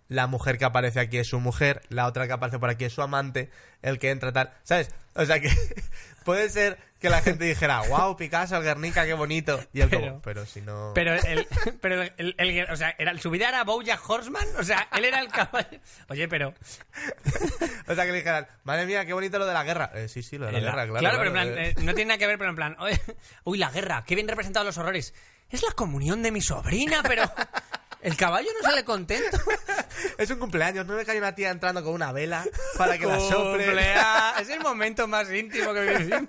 S2: la mujer que aparece aquí es su mujer, la otra que aparece por aquí es su amante, el que entra tal. ¿Sabes? O sea que puede ser que la gente dijera, wow, Picasso, el Guernica, qué bonito. Y él
S1: Pero-
S2: como, pero si no.
S1: Pero el, pero el, el- el- o sea, era, su vida era Bojack Horseman, o sea, él era el caballo. Oye, pero
S2: O sea que le dijeran, madre mía, qué bonito lo de la guerra. Eh, sí, sí, lo de la,
S1: En la-
S2: guerra, claro.
S1: pero en plan,
S2: eh.
S1: eh, no tiene nada que ver, pero en plan, oye, uy, la guerra, qué bien representados los horrores. Es la comunión de mi sobrina, pero el caballo no sale contento. eh,
S2: Es un cumpleaños, no me cae una tía entrando con una vela para que la sople.
S1: Cumplea- Es el momento más íntimo que vivimos.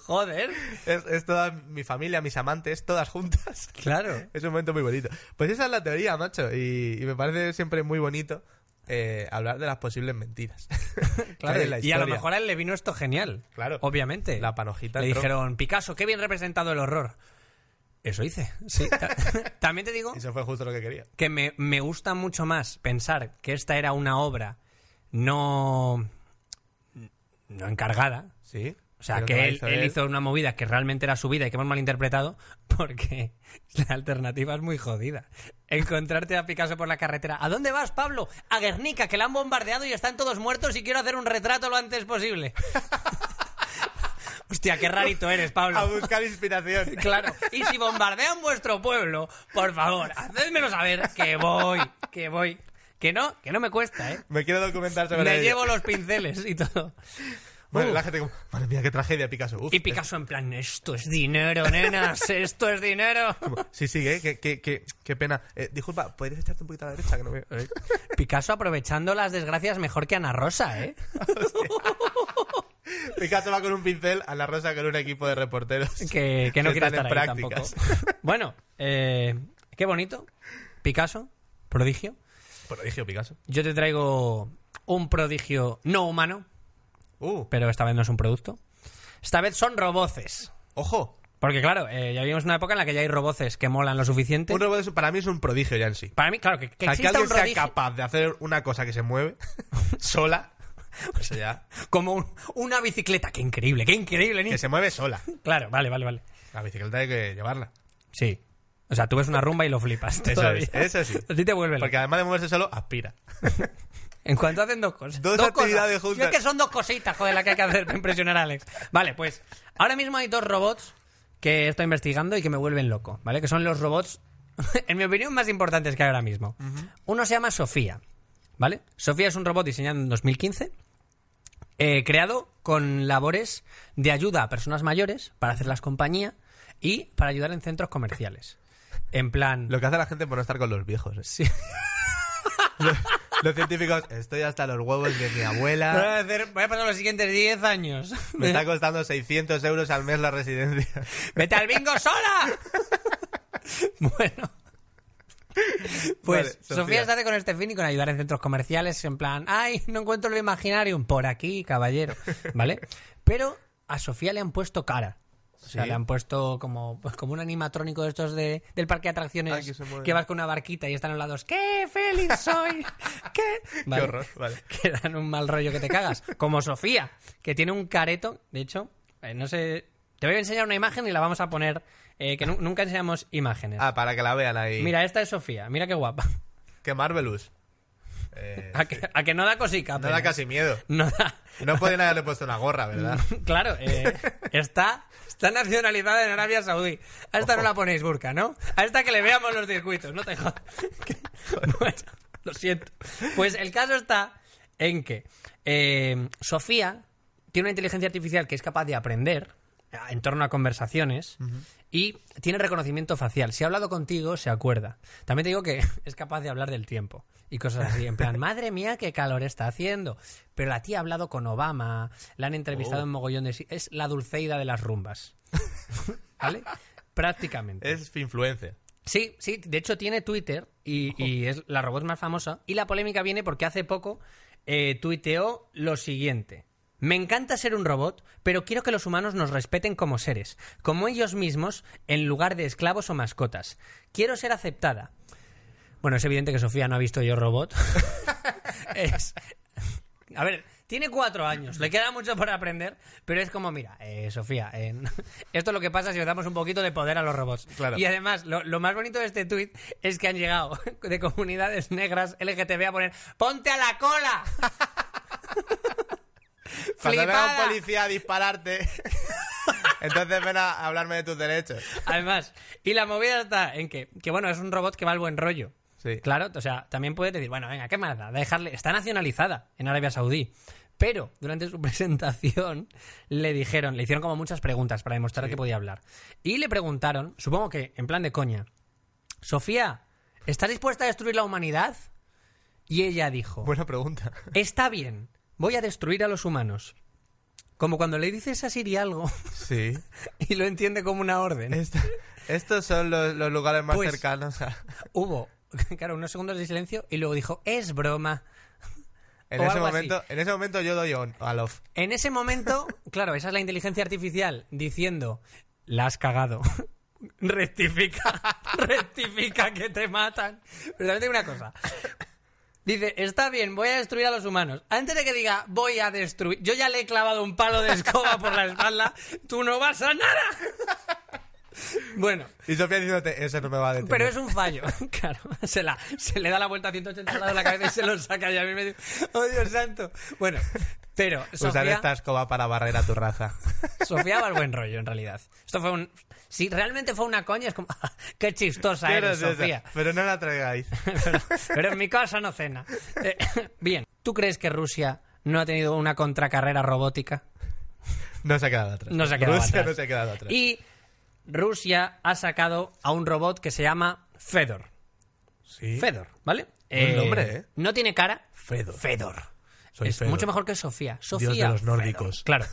S1: Joder.
S2: Es, es toda mi familia, mis amantes, todas juntas.
S1: Claro.
S2: Es un momento muy bonito. Pues esa es la teoría, macho. Y, y me parece siempre muy bonito eh, hablar de las posibles mentiras. Que hay en la
S1: y a lo
S2: historia.
S1: mejor a él le vino esto genial.
S2: Claro.
S1: Obviamente.
S2: La panojita
S1: Le
S2: entró.
S1: dijeron, Picasso, qué bien representado el horror. Eso hice. Sí. También te digo
S2: Eso fue justo lo que quería.
S1: que me, me gusta mucho más pensar que esta era una obra no, no encargada.
S2: Sí.
S1: O sea,
S2: Creo
S1: que,
S2: la
S1: él, él hizo una movida que realmente era su vida y que hemos malinterpretado porque la alternativa es muy jodida. Encontrarte a Picasso por la carretera. ¿A dónde vas, Pablo? A Guernica, que la han bombardeado y están todos muertos y quiero hacer un retrato lo antes posible. Hostia, qué rarito eres, Pablo.
S2: A buscar inspiración.
S1: Claro. Y si bombardean vuestro pueblo, por favor, hacedmelo saber que voy, que voy. Que no, que no me cuesta, ¿eh?
S2: Me quiero documentar sobre
S1: Me
S2: ello.
S1: llevo los pinceles y todo.
S2: Bueno,
S1: Uf.
S2: la gente como, madre mía, qué tragedia, Picasso. Uf,
S1: Y Picasso en plan, esto es dinero, nenas, esto es dinero.
S2: es como, sí, sí, ¿eh? qué, qué, qué, qué pena. Eh, disculpa, ¿podrías echarte un poquito a la derecha? Que no veo.
S1: Picasso aprovechando las desgracias mejor que Ana Rosa, ¿eh?
S2: Picasso va con un pincel a la rosa con un equipo de reporteros.
S1: Que, que no quiere
S2: están
S1: estar
S2: en
S1: ahí tampoco.
S2: prácticas.
S1: Bueno, eh, qué bonito. Picasso, prodigio.
S2: Prodigio Picasso.
S1: Yo te traigo un prodigio no humano,
S2: Uh,
S1: pero esta vez no es un producto. Esta vez son roboces.
S2: ojo.
S1: Porque claro, eh, ya vivimos una época en la que ya hay roboces que molan lo suficiente.
S2: Un robot es- para mí es un prodigio ya en sí.
S1: Para mí, claro, que, que
S2: O sea, que
S1: exista
S2: alguien
S1: un
S2: sea
S1: prodigio...
S2: capaz de hacer una cosa que se mueve sola O sea, ya,
S1: Como un- una bicicleta. ¡Qué increíble! ¡Qué increíble,
S2: que
S1: niño!
S2: se mueve sola.
S1: Claro, vale, vale, vale.
S2: La bicicleta hay que llevarla.
S1: Sí. O sea, tú ves una rumba y lo flipas.
S2: Eso
S1: todavía.
S2: es, eso sí.
S1: A ti te vuelve loco.
S2: Porque además de moverse solo, aspira.
S1: En cuanto hacen dos cosas.
S2: Dos actividades
S1: cosas.
S2: juntas.
S1: Yo es que son dos cositas, joder, las que hay que hacer para impresionar a Alex. Vale, pues ahora mismo hay dos robots que estoy investigando y que me vuelven loco, ¿vale? Que son los robots, en mi opinión, más importantes que hay ahora mismo. Uno se llama Sofía, ¿vale? Sofía es un robot diseñado en 2015, eh, creado con labores de ayuda a personas mayores para hacerlas compañía y para ayudar en centros comerciales. En plan...
S2: Lo que hace la gente por no estar con los viejos. ¿eh?
S1: Sí.
S2: Los científicos, estoy hasta los huevos de mi
S1: Voy
S2: abuela.
S1: a hacer- voy a pasar los siguientes 10 años.
S2: Me está costando 600 euros al mes la residencia.
S1: ¡Vete al bingo sola! bueno. Pues
S2: Vale, Sofía.
S1: Sofía. se hace con este fin y con ayudar en centros comerciales en plan, ay, no encuentro lo Imaginarium por aquí, caballero, ¿vale? Pero a Sofía le han puesto cara. O sea,
S2: Sí.
S1: le han puesto como, pues, como un animatrónico de estos de, del parque de atracciones
S2: Ah, que se mueve.
S1: que vas con una barquita y están a los lados, ¡qué feliz soy! ¡Qué, Vale
S2: Qué horror, vale.
S1: que dan un mal rollo que te cagas. Como Sofía, que tiene un careto. De hecho, eh, no sé. Te voy a enseñar una imagen y la vamos a poner. eh, que nu- nunca enseñamos imágenes.
S2: Ah, para que la vean ahí.
S1: Mira, esta es Sofía. Mira qué guapa.
S2: Que Marvelous. Eh,
S1: A que, a que no da cosica.
S2: no
S1: apenas.
S2: da casi miedo.
S1: No da-
S2: No pueden haberle puesto una gorra, ¿verdad?
S1: Claro, eh, está, está nacionalizada en Arabia Saudí. A esta no la ponéis burka, ¿no? A esta que le veamos los circuitos, no te jodas. Bueno, lo siento. Pues el caso está en que eh, Sofía tiene una inteligencia artificial que es capaz de aprender eh, en torno a conversaciones y tiene reconocimiento facial. Si ha hablado contigo, se acuerda. También te digo que es capaz de hablar del tiempo y cosas así. En plan, madre mía, qué calor está haciendo. Pero la tía ha hablado con Obama, la han entrevistado
S2: Oh.
S1: en mogollón de... si- Es la dulceida de las rumbas. ¿Vale? Prácticamente.
S2: Es influencer.
S1: Sí, sí, de hecho tiene Twitter y, y es la robot más famosa. Y la polémica viene porque hace poco eh, tuiteó lo siguiente. Me encanta ser un robot, pero quiero que los humanos nos respeten como seres, como ellos mismos, en lugar de esclavos o mascotas. Quiero ser aceptada. Bueno, es evidente que Sofía no ha visto yo robot. Es- A ver, tiene cuatro años, le queda mucho por aprender, pero es como, mira, eh, Sofía, eh, esto es lo que pasa si le damos un poquito de poder a los robots.
S2: Claro.
S1: Y además, lo, lo más bonito de este tuit es que han llegado de comunidades negras LGTB a poner, ¡ponte a la cola!
S2: Cuando vea
S1: Flipada.
S2: a un policía a dispararte, entonces ven a hablarme de tus derechos.
S1: Además, y la movida está en que, que bueno, es un robot que va al buen rollo.
S2: Sí.
S1: Claro, o sea, también puedes decir, bueno, venga, qué más da, dejarle, está nacionalizada en Arabia Saudí. Pero durante su presentación le dijeron, le hicieron como muchas preguntas para demostrar que podía hablar. Y le preguntaron, supongo que en plan de coña, Sofía, ¿estás dispuesta a destruir la humanidad? Y ella dijo,
S2: Buena pregunta.
S1: está bien, voy a destruir a los humanos. Como cuando le dices a Siri algo
S2: Sí.
S1: y lo entiende como una orden.
S2: estos son los, los lugares más
S1: Pues-
S2: cercanos a-
S1: Hubo, claro, unos segundos de silencio y luego dijo, es broma.
S2: En
S1: O
S2: ese,
S1: algo así.
S2: momento, en ese momento yo doy on, a love.
S1: En ese momento, claro, esa es la inteligencia artificial diciendo, la has cagado. rectifica, rectifica que te matan. Pero también tengo una cosa. Dice, está bien, voy a destruir a los humanos. Antes de que diga, voy a destruir, yo ya le he clavado un palo de escoba por la espalda, tú no vas a nada. Bueno,
S2: Y Sofía diciéndote, eso no me va a detener.
S1: pero es un fallo, claro. Se, la, se le da la vuelta a 180 grados de la cabeza y se lo saca. Y a mí me dice, ¡oh Dios santo! Bueno, pero
S2: Usar
S1: Sofía,
S2: esta escoba para barrer a tu raza.
S1: Sofía va al buen rollo, en realidad. Esto fue un... Si realmente fue una coña, es como, "Ah, ¡qué chistosa
S2: Pero
S1: eres,
S2: es esa.
S1: Sofía!
S2: Pero no la traigáis.
S1: pero, pero en mi casa no cena. Eh, bien, ¿tú crees que Rusia no ha tenido una contracarrera robótica?
S2: No se ha quedado atrás.
S1: No se ha quedado
S2: Rusia
S1: atrás.
S2: no se ha quedado atrás.
S1: Y Rusia ha sacado a un robot que se llama Fedor.
S2: Sí.
S1: Fedor, ¿vale?
S2: Buen nombre, ¿eh?
S1: No tiene cara.
S2: Fedor.
S1: Fedor.
S2: Soy
S1: es
S2: Fedor.
S1: mucho mejor que Sofía. Sofía.
S2: de los
S1: Fedor.
S2: nórdicos.
S1: Claro.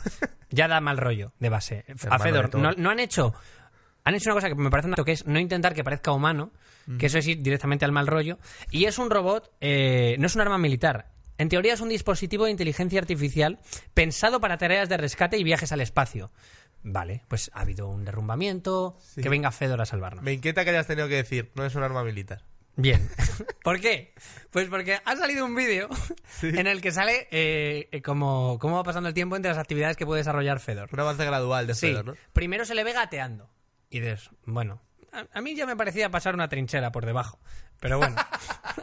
S1: Ya da mal rollo de base. eh, a
S2: Hermano de
S1: Fedor.
S2: todo.
S1: No, no han hecho. Han hecho una cosa que me parece un acto que es no intentar que parezca humano, que eso es ir directamente al mal rollo. Y es un robot, eh, no es un arma militar. En teoría es un dispositivo de inteligencia artificial pensado para tareas de rescate y viajes al espacio. Vale, pues ha habido un derrumbamiento. Que venga Fedor a salvarnos.
S2: Me inquieta que hayas tenido que decir, no es un arma militar.
S1: Bien. ¿Por qué? Pues porque ha salido un vídeo en el que sale eh, eh, como cómo va pasando el tiempo entre las actividades que puede desarrollar Fedor.
S2: Un avance gradual de
S1: Sí,
S2: Fedor, ¿no?
S1: primero se le ve gateando. Y dices, bueno, a, a mí ya me parecía pasar una trinchera por debajo. Pero bueno,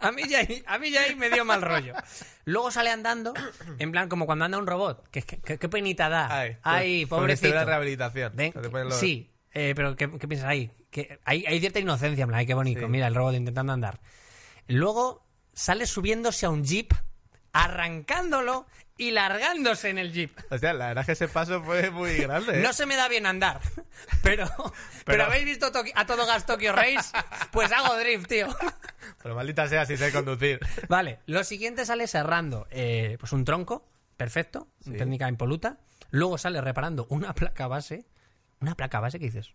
S1: a mí ya, ahí- a mí ya ahí me dio mal rollo. Luego sale andando, en plan como cuando anda un robot. ¿Qué, qué, qué penita da? Ay,
S2: pues,
S1: pobrecito.
S2: Ministerio de rehabilitación.
S1: Ven,
S2: que te ponen los-
S1: sí, eh, pero ¿qué, qué piensas ahí? Que hay, hay cierta inocencia, en plan, ay, qué bonito,
S2: Sí.
S1: mira, el robot intentando andar. Luego sale subiéndose a un jeep, arrancándolo y largándose en el jeep.
S2: O sea, la verdad es que ese paso fue muy grande, ¿eh?
S1: No se me da bien andar, pero, pero, habéis visto Toki- a todo gas Tokyo Race, pues hago drift, tío.
S2: Pero maldita sea si sé conducir.
S1: Vale, lo siguiente sale cerrando eh, pues un tronco, perfecto, técnica impoluta. Luego sale reparando una placa base, una placa base que dices.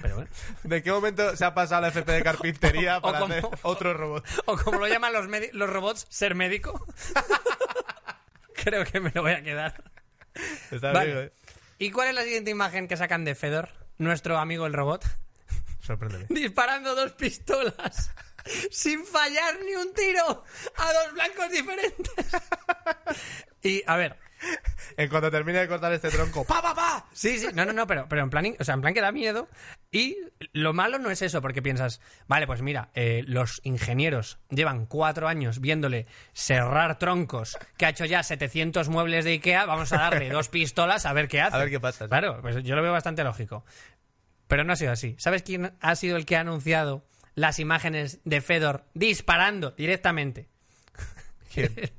S1: Pero bueno.
S2: ¿De qué momento se ha pasado la FP de carpintería
S1: O
S2: para
S1: como-
S2: hacer otro robot?
S1: O como lo llaman los, medi- los robots, ser médico. Creo que me lo voy a quedar.
S2: Está
S1: Vale.
S2: rico, ¿eh?
S1: ¿Y cuál es la siguiente imagen que sacan de Fedor, nuestro amigo el robot?
S2: Sorpréndeme.
S1: Disparando dos pistolas sin fallar ni un tiro a dos blancos diferentes. Y a ver,
S2: En cuanto termine de cortar este tronco, ¡pa, pa, pa!
S1: Sí, sí, no, no, no, pero, pero en plan, o sea, en plan que da miedo. Y lo malo no es eso, porque piensas, vale, pues mira, eh, los ingenieros llevan cuatro años viéndole serrar troncos, que ha hecho ya 700 muebles de Ikea, vamos a darle dos pistolas a ver qué hace.
S2: ver qué pasa, sí.
S1: Claro, pues yo lo veo bastante lógico. Pero no ha sido así. ¿Sabes quién ha sido el que ha anunciado las imágenes de Fedor disparando directamente?
S2: ¿Quién?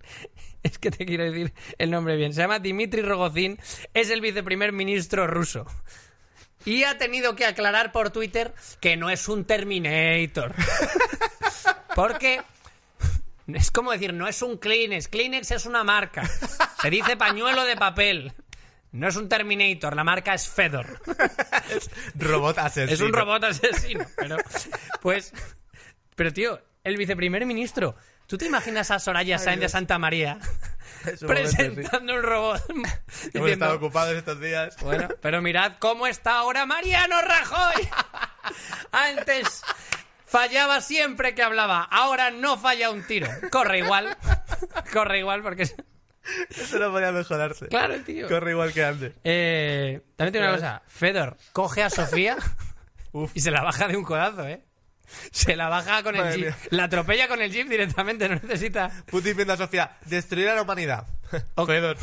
S1: Es que te quiero decir el nombre bien. Se llama Dmitry Rogozin, es el viceprimer ministro ruso. Y ha tenido que aclarar por Twitter que no es un Terminator. Porque es como decir, no es un Kleenex. Kleenex es una marca. Se dice pañuelo de papel. No es un Terminator, la marca es Fedor.
S2: Robot asesino.
S1: Es un robot asesino. Pero, pues, pero tío, el viceprimer ministro, ¿tú te imaginas a Soraya Sáenz de
S2: Dios.
S1: Santa María
S2: En su momento, sí.
S1: presentando un robot?
S2: Hemos
S1: diciendo,
S2: estado ocupados estos días.
S1: bueno, pero mirad cómo está ahora Mariano Rajoy. Antes fallaba siempre que hablaba, ahora no falla un tiro. Corre igual, corre igual porque... es-
S2: Eso no podía mejorarse.
S1: Claro, tío.
S2: Corre igual que antes.
S1: Eh, también tiene una cosa. Fedor coge a Sofía
S2: Uf.
S1: y se la baja de un codazo, ¿eh? Se la baja con el
S2: Madre
S1: jeep.
S2: mía.
S1: La atropella con el jeep directamente, no necesita.
S2: Putin viendo a Sofía, destruir a la humanidad.
S1: Ok.
S2: Fedor.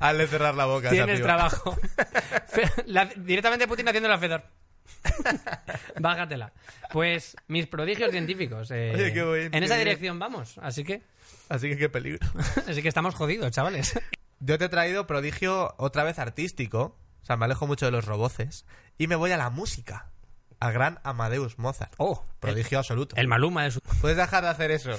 S2: Hazle cerrar la boca. a esa
S1: Tiene el
S2: piba.
S1: trabajo. Fe- la- directamente Putin haciendo la Fedor. Bájatela. Pues mis prodigios científicos. eh,
S2: Oye, qué bien,
S1: en
S2: qué
S1: esa
S2: bien.
S1: dirección vamos. Así que,
S2: Así que qué peligro.
S1: así que estamos jodidos, chavales.
S2: Yo te he traído prodigio otra vez artístico. O sea, me alejo mucho de los roboces. Y me voy a la música. Al gran Amadeus Mozart.
S1: Oh,
S2: Prodigio absoluto.
S1: El Maluma de su.
S2: Puedes dejar de hacer eso.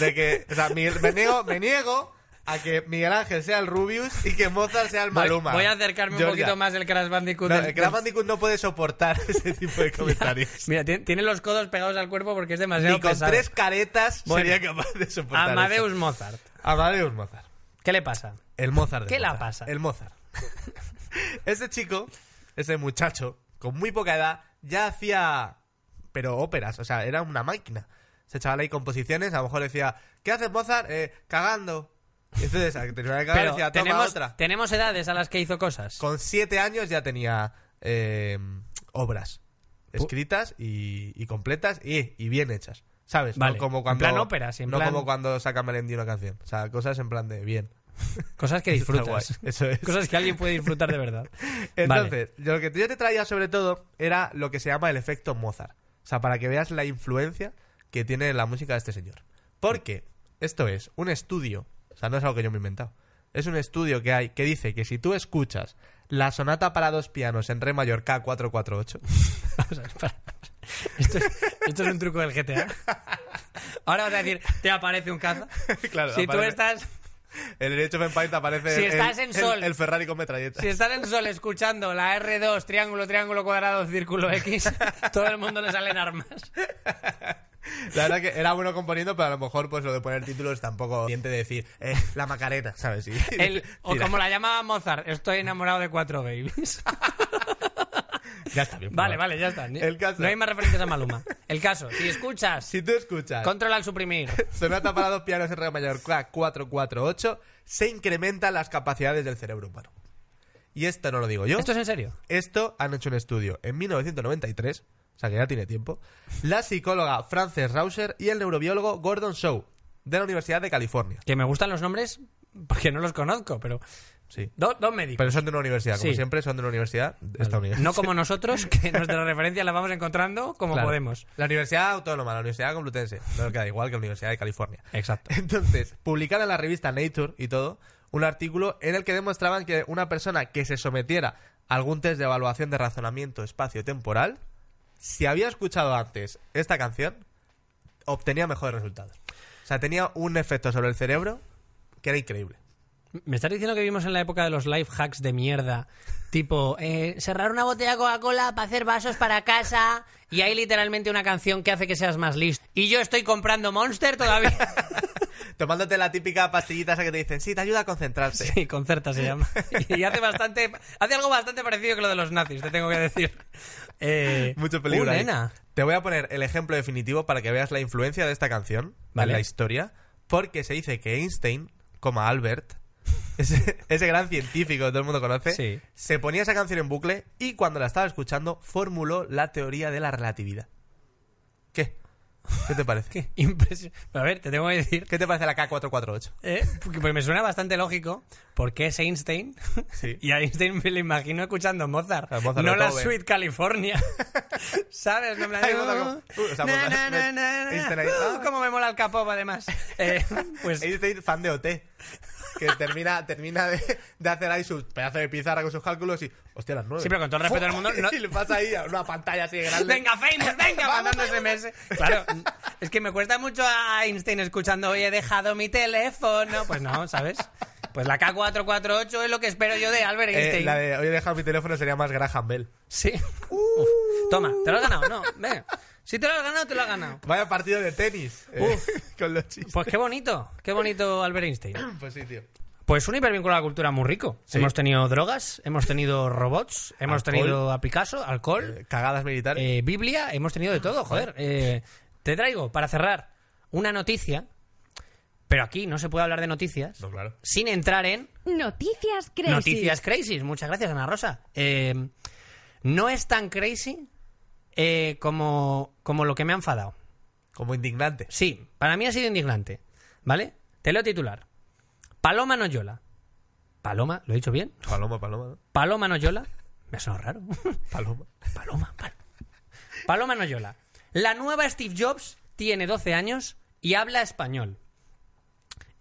S2: De que, o sea, mi- me niego, me niego a que Miguel Ángel sea el Rubius y que Mozart sea el
S1: Voy,
S2: Maluma.
S1: voy a acercarme un
S2: Georgia.
S1: poquito más del Crash Bandicoot.
S2: No,
S1: del-
S2: el Crash Bandicoot no puede soportar ese tipo de comentarios.
S1: Mira, tiene, tiene los codos pegados al cuerpo porque es demasiado
S2: Ni con
S1: pesado.
S2: tres caretas
S1: Bueno.
S2: sería capaz de soportar
S1: Amadeus
S2: eso.
S1: Mozart.
S2: Amadeus Mozart.
S1: ¿Qué le pasa?
S2: El Mozart. de
S1: ¿Qué la
S2: Mozart.
S1: pasa?
S2: El Mozart. ese chico, ese muchacho, con muy poca edad, ya hacía. Pero óperas, o sea, era una máquina. Se echaba ahí composiciones, a lo mejor decía, ¿qué haces Mozart? Eh, cagando. Y entonces, a que terminaba de cagar,
S1: Pero
S2: decía, toma
S1: tenemos,
S2: otra.
S1: tenemos edades a las que hizo cosas.
S2: Con siete años ya tenía eh, obras escritas y, y completas y, y bien hechas. ¿Sabes?
S1: Vale.
S2: No como cuando,
S1: En plan óperas, en
S2: no
S1: plan-
S2: como cuando saca Melendi una canción. O sea, cosas en plan de bien.
S1: Cosas que
S2: Está guay.
S1: disfrutas.
S2: Eso es.
S1: Cosas que alguien puede disfrutar de verdad.
S2: Entonces, lo que yo te traía sobre todo era lo que se llama el efecto Mozart. O sea, para que veas la influencia que tiene la música de este señor. Porque esto es un estudio, o sea, no es algo que yo me he inventado. Es un estudio que hay que dice que si tú escuchas la sonata para dos pianos en re mayor K448,
S1: Vamos a ver, para- Esto, es, esto es un truco del GTA. Ahora vas a decir, te aparece un caza.
S2: Claro,
S1: si tú
S2: aparece-
S1: estás,
S2: el derecho of Empire te aparece
S1: Si
S2: el-
S1: estás en
S2: el-
S1: sol.
S2: el Ferrari con metralleta.
S1: si estás en sol escuchando la R2, triángulo, triángulo, cuadrado, círculo X, todo el mundo le salen armas.
S2: La verdad que era bueno componiendo, pero a lo mejor pues lo de poner títulos tampoco siente de decir eh, la macareta, ¿sabes? Y-
S1: El- o
S2: Tira.
S1: como la llamaba Mozart, estoy enamorado de cuatro babies.
S2: Ya está bien.
S1: Vale,
S2: probado.
S1: vale, ya está. Ni-
S2: El caso-
S1: No hay más referencias a Maluma. El caso, si escuchas,
S2: Si tú escuchas
S1: control al suprimir.
S2: Sonata para dos pianos en Re mayor K 448, se incrementan las capacidades del cerebro humano. Y esto no lo digo yo.
S1: ¿Esto es en serio?
S2: Esto han hecho un estudio en 1993, o sea que ya tiene tiempo, la psicóloga Frances Rauscher y el neurobiólogo Gordon Shaw, de la Universidad de California.
S1: Que me gustan los nombres porque no los conozco, pero.
S2: Sí.
S1: do- Dos médicos.
S2: Pero son de una universidad, como
S1: Sí.
S2: siempre, son de una universidad estadounidense.
S1: No como nosotros, que nuestras referencias las vamos encontrando como
S2: Claro.
S1: podemos.
S2: La Universidad Autónoma, la Universidad Complutense. No queda igual que la Universidad de California.
S1: Exacto.
S2: Entonces, publicaron en la revista Nature y todo un artículo en el que demostraban que una persona que se sometiera a algún test de evaluación de razonamiento espacio-temporal, si había escuchado antes esta canción, obtenía mejores resultados. O sea, tenía un efecto sobre el cerebro que era increíble.
S1: ¿Me estás diciendo que vivimos en la época de los life hacks de mierda? Tipo, eh, cerrar una botella de Coca-Cola para hacer vasos para casa y hay literalmente una canción que hace que seas más listo. Y yo estoy comprando Monster todavía.
S2: Tomándote la típica pastillita esa que te dicen, sí, te ayuda a concentrarse.
S1: Sí, Concerta se llama. Y hace bastante, hace algo bastante parecido que lo de los nazis, te tengo que decir. Eh,
S2: Mucho peligro.
S1: uh,
S2: ahí.
S1: nena.
S2: Te voy a poner el ejemplo definitivo para que veas la influencia de esta canción
S1: Vale.
S2: en la historia, porque se dice que Einstein, como Albert, ese, ese gran científico que todo el mundo conoce,
S1: Sí.
S2: se ponía esa canción en bucle y cuando la estaba escuchando formuló la teoría de la relatividad. ¿Qué? ¿Qué te parece?
S1: Qué impresión. Pero a ver, te tengo que decir.
S2: ¿Qué te parece la K448?
S1: eh, porque pues me suena bastante lógico porque es Einstein
S2: Sí.
S1: y a Einstein me lo imagino escuchando Mozart,
S2: A Mozart,
S1: no la
S2: Beethoven.
S1: Suite California sabes no me
S2: Ay, Mozart como- uh, o sea, Mozart, me- Einstein ahí, ah.
S1: como Uh, me mola el capó además Eh, pues
S2: Einstein, fan de OT. Que termina, termina de, de hacer ahí su pedazo de pizarra con sus cálculos y. Hostia, las nueve.
S1: Sí, pero con todo el respeto del mundo, no-
S2: y le pasa ahí a una pantalla así de grande.
S1: Venga, Famous, venga, mandando SMS. Claro, es que me cuesta mucho a Einstein escuchando, oye, he dejado mi teléfono. Pues no, ¿sabes? Pues la K448 es lo que espero yo de Albert
S2: Eh,
S1: Einstein.
S2: la de Uh. hoy he dejado mi teléfono sería más Graham Bell.
S1: Sí. Uf. Toma, ¿te lo has ganado? No, venga. Si te lo has ganado, te lo has ganado.
S2: Vaya partido de tenis. eh, con los chistes.
S1: Pues qué bonito, qué bonito Albert Einstein.
S2: Pues sí, tío.
S1: Pues un hipervínculo a la cultura muy rico. Hemos tenido drogas, hemos tenido robots, hemos
S2: Alcohol.
S1: tenido a Picasso, alcohol.
S2: Eh, Cagadas militares.
S1: Eh, Biblia, hemos tenido de todo, joder. Eh, te traigo, para cerrar, una noticia, pero aquí no se puede hablar de noticias
S2: No, claro.
S1: sin entrar en
S3: Noticias Crazy.
S1: noticias crazy. Muchas gracias, Ana Rosa. Eh, no es tan crazy eh, como, como lo que me ha enfadado.
S2: Como indignante.
S1: Sí, para mí ha sido indignante, ¿vale? Te leo titular. Paloma Noyola. Paloma, ¿lo he dicho bien?
S2: Paloma, paloma, ¿no?
S1: Paloma Noyola. Me ha sonado raro.
S2: Paloma.
S1: Paloma, pal- Paloma Noyola. La nueva Steve Jobs tiene 12 años y habla español.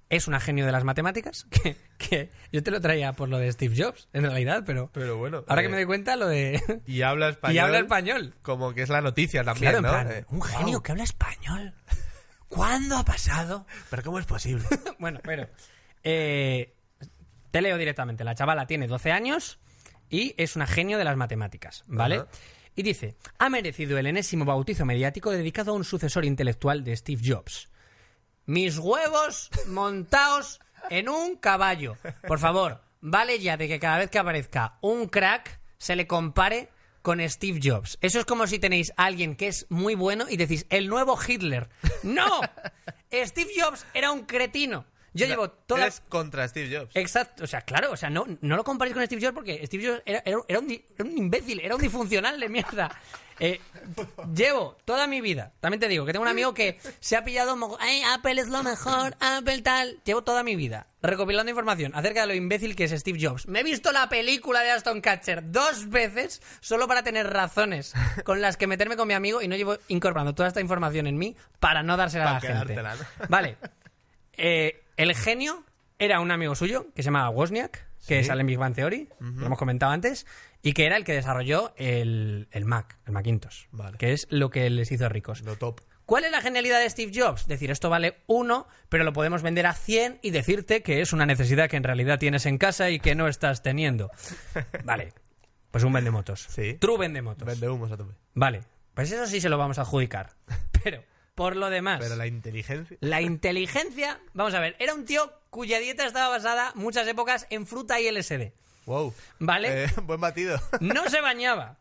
S1: Es una genio de las matemáticas, que, que yo te lo traía por lo de Steve Jobs, en realidad, pero...
S2: Pero bueno.
S1: ahora que
S2: eh,
S1: me doy cuenta, lo de...
S2: Y habla español.
S1: y habla español.
S2: Como que es la noticia también,
S1: Claro, en
S2: ¿no?
S1: plan,
S2: Eh,
S1: un genio
S2: wow,
S1: que habla español. ¿Cuándo ha pasado?
S2: Pero ¿cómo es posible?
S1: bueno, pero. eh, te leo directamente. La chavala tiene 12 años y es una genio de las matemáticas, ¿vale?
S2: Ajá.
S1: Y dice: Ha merecido el enésimo bautizo mediático dedicado a un sucesor intelectual de Steve Jobs. Mis huevos montaos en un caballo. Por favor, vale ya de que cada vez que aparezca un crack se le compare con Steve Jobs. Eso es como si tenéis a alguien que es muy bueno y decís, el nuevo Hitler. ¡No! Steve Jobs era un cretino. Yo llevo todas...
S2: Eres contra Steve Jobs.
S1: Exacto, o sea, claro, o sea, no, no lo comparéis con Steve Jobs porque Steve Jobs era, era- era un, di- era un imbécil, era un disfuncional de mierda. Eh, llevo toda mi vida, también te digo, que tengo un amigo que se ha pillado, mo- "Ay, Apple es lo mejor, Apple tal. Llevo toda mi vida recopilando información acerca de lo imbécil que es Steve Jobs. Me he visto la película de Aston Catcher dos veces solo para tener razones con las que meterme con mi amigo y no llevo incorporando toda esta información en mí para no dársela a la
S2: Para
S1: gente.
S2: quedártela, ¿no?
S1: Vale. Eh, el genio era un amigo suyo que se llamaba Wozniak, que
S2: Sí.
S1: sale en Big Bang Theory, lo hemos comentado antes, y que era el que desarrolló el, el Mac, el Macintosh,
S2: Vale.
S1: que es lo que les hizo ricos.
S2: Lo top.
S1: ¿Cuál es la genialidad de Steve Jobs? Decir, esto vale uno, pero lo podemos vender a 100 y decirte que es una necesidad que en realidad tienes en casa y que no estás teniendo. Vale, pues un vendemotos.
S2: Sí.
S1: True vendemotos.
S2: Vende humos a tope.
S1: vale, pues eso sí se lo vamos a adjudicar. Pero, por lo demás...
S2: Pero la inteligencia.
S1: La inteligencia, vamos a ver, era un tío cuya dieta estaba basada muchas épocas en fruta y LSD.
S2: Wow.
S1: Vale.
S2: Eh, buen batido.
S1: No se bañaba.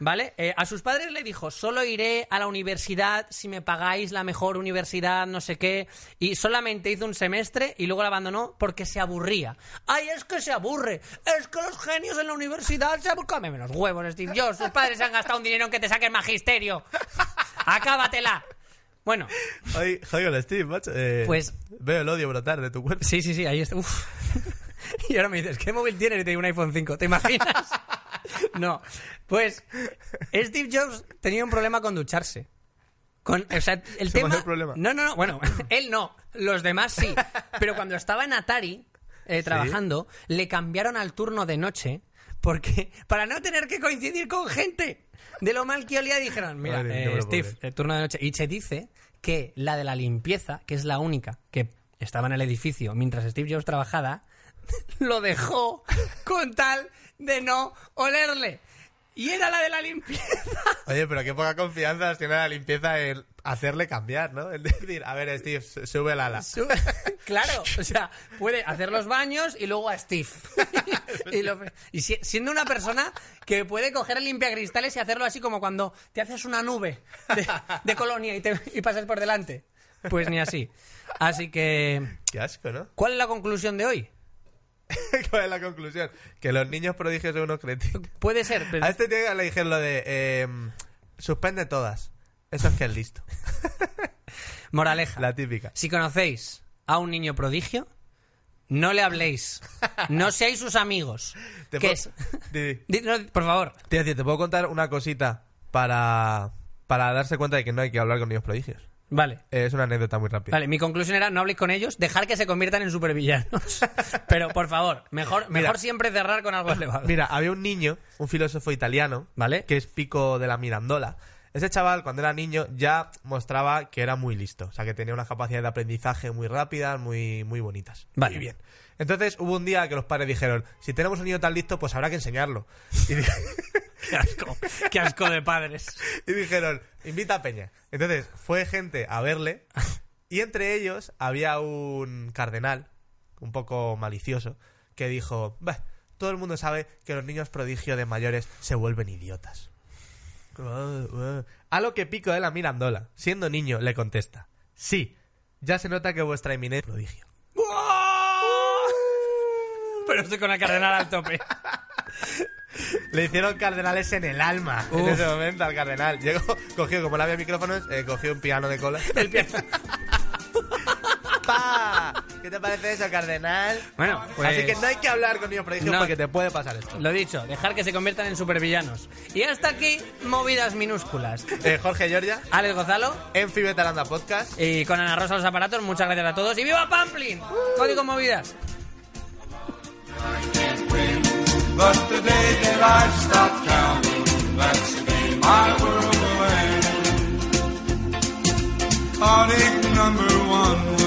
S1: ¿Vale? Eh, a sus padres le dijo, solo iré a la universidad si me pagáis la mejor universidad, no sé qué. Y solamente hizo un semestre y luego la abandonó porque se aburría. ¡Ay, es que se aburre! ¡Es que los genios en la universidad se aburren! ¡Cómeme los huevos, Steve Jobs! Sus padres han gastado un dinero en que te saquen magisterio. ¡Acábatela! Bueno,
S2: Ay, joder, Steve, macho. eh,
S1: Pues-
S2: Veo el odio brotar de tu cuerpo.
S1: sí, sí, sí, ahí está. Uf. Y ahora me dices, ¿qué móvil tienes? Y te digo un iPhone 5, ¿te imaginas? No. Pues Steve Jobs tenía un problema con ducharse. Con, o sea, el
S2: Se me
S1: tema.
S2: hace el problema.
S1: No, no, no. Bueno, él no. Los demás sí. Pero cuando estaba en Atari eh, trabajando, le cambiaron al turno de noche. Porque. Para no tener que coincidir con gente. De lo mal que olía, dijeron: Mira,
S2: Madre mía,
S1: eh,
S2: qué
S1: Steve,
S2: pobre.
S1: el turno de noche. Y se dice que la de la limpieza, que es la única que estaba en el edificio mientras Steve Jobs trabajaba, lo dejó con tal de no olerle. Y era la de la limpieza.
S2: Oye, pero qué poca confianza tiene la limpieza el hacerle cambiar, ¿no? Es decir, a ver, Steve, su- sube el ala.
S1: Su- claro, o sea, puede hacer los baños y luego a Steve. y lo- y si- siendo una persona que puede coger el limpiacristales y hacerlo así como cuando te haces una nube de, de colonia y, te- y pasas por delante. Pues ni así. Así que,
S2: Qué asco, ¿no?
S1: ¿cuál es la conclusión de hoy?
S2: ¿Cuál es la conclusión? Que los niños prodigios son unos cretinos.
S1: Puede ser, pero
S2: A este tío le dijeron lo de eh, suspende todas. Eso es que es listo.
S1: moraleja.
S2: La típica.
S1: Si conocéis a un niño prodigio, no le habléis. No seáis sus amigos.
S2: Te
S1: Que
S2: puedo-
S1: es-
S2: Di-
S1: Di- no, por favor.
S2: Te iba a decir, te puedo contar una cosita para, para darse cuenta de que no hay que hablar con niños prodigios.
S1: Vale.
S2: Eh, es una anécdota muy rápida.
S1: Vale, mi conclusión era no habléis con ellos, dejar que se conviertan en supervillanos. Pero por favor, mejor,
S2: Mira.
S1: mejor siempre cerrar con algo elevado.
S2: Mira, había un niño, un filósofo italiano,
S1: Vale.
S2: que es Pico de la Mirandola. Ese chaval, cuando era niño, ya mostraba que era muy listo. O sea, que tenía unas capacidades de aprendizaje muy rápidas, muy, muy bonitas.
S1: Vale.
S2: Muy bien. Entonces hubo un día que los padres dijeron, si tenemos un niño tan listo, pues habrá que enseñarlo. Y, di-
S1: Qué asco, qué asco de padres.
S2: y dijeron, invita a Peña. Entonces fue gente a verle y entre ellos había un cardenal, un poco malicioso, que dijo, "Bah, todo el mundo sabe que los niños prodigio de mayores se vuelven idiotas. Guau, guau. A lo que Pico de la Mirandola, siendo niño, le contesta, sí, ya se nota que vuestra eminencia es prodigio.
S1: Pero estoy con el cardenal al tope.
S2: Le hicieron cardenales en el alma en
S1: Uf.
S2: ese momento al cardenal. Llegó, cogió, como no había micrófonos, eh, cogió un piano de cola.
S1: El piano.
S2: ¡Pa! ¿Qué te parece eso, cardenal?
S1: Bueno, pues...
S2: Así que no hay que hablar con niños prodigios
S1: No.
S2: porque te puede pasar esto.
S1: Lo dicho, dejar que se conviertan en supervillanos. Y hasta aquí, movidas minúsculas.
S2: Eh, Jorge Giorgia,
S1: Alex Gozalo
S2: en Fibetalanda Podcast.
S1: y con Ana Rosa los aparatos, muchas gracias a todos y ¡viva Pamplin! Código movidas.
S3: But the day that I stop counting, that's the day my world will end. Heartache number one.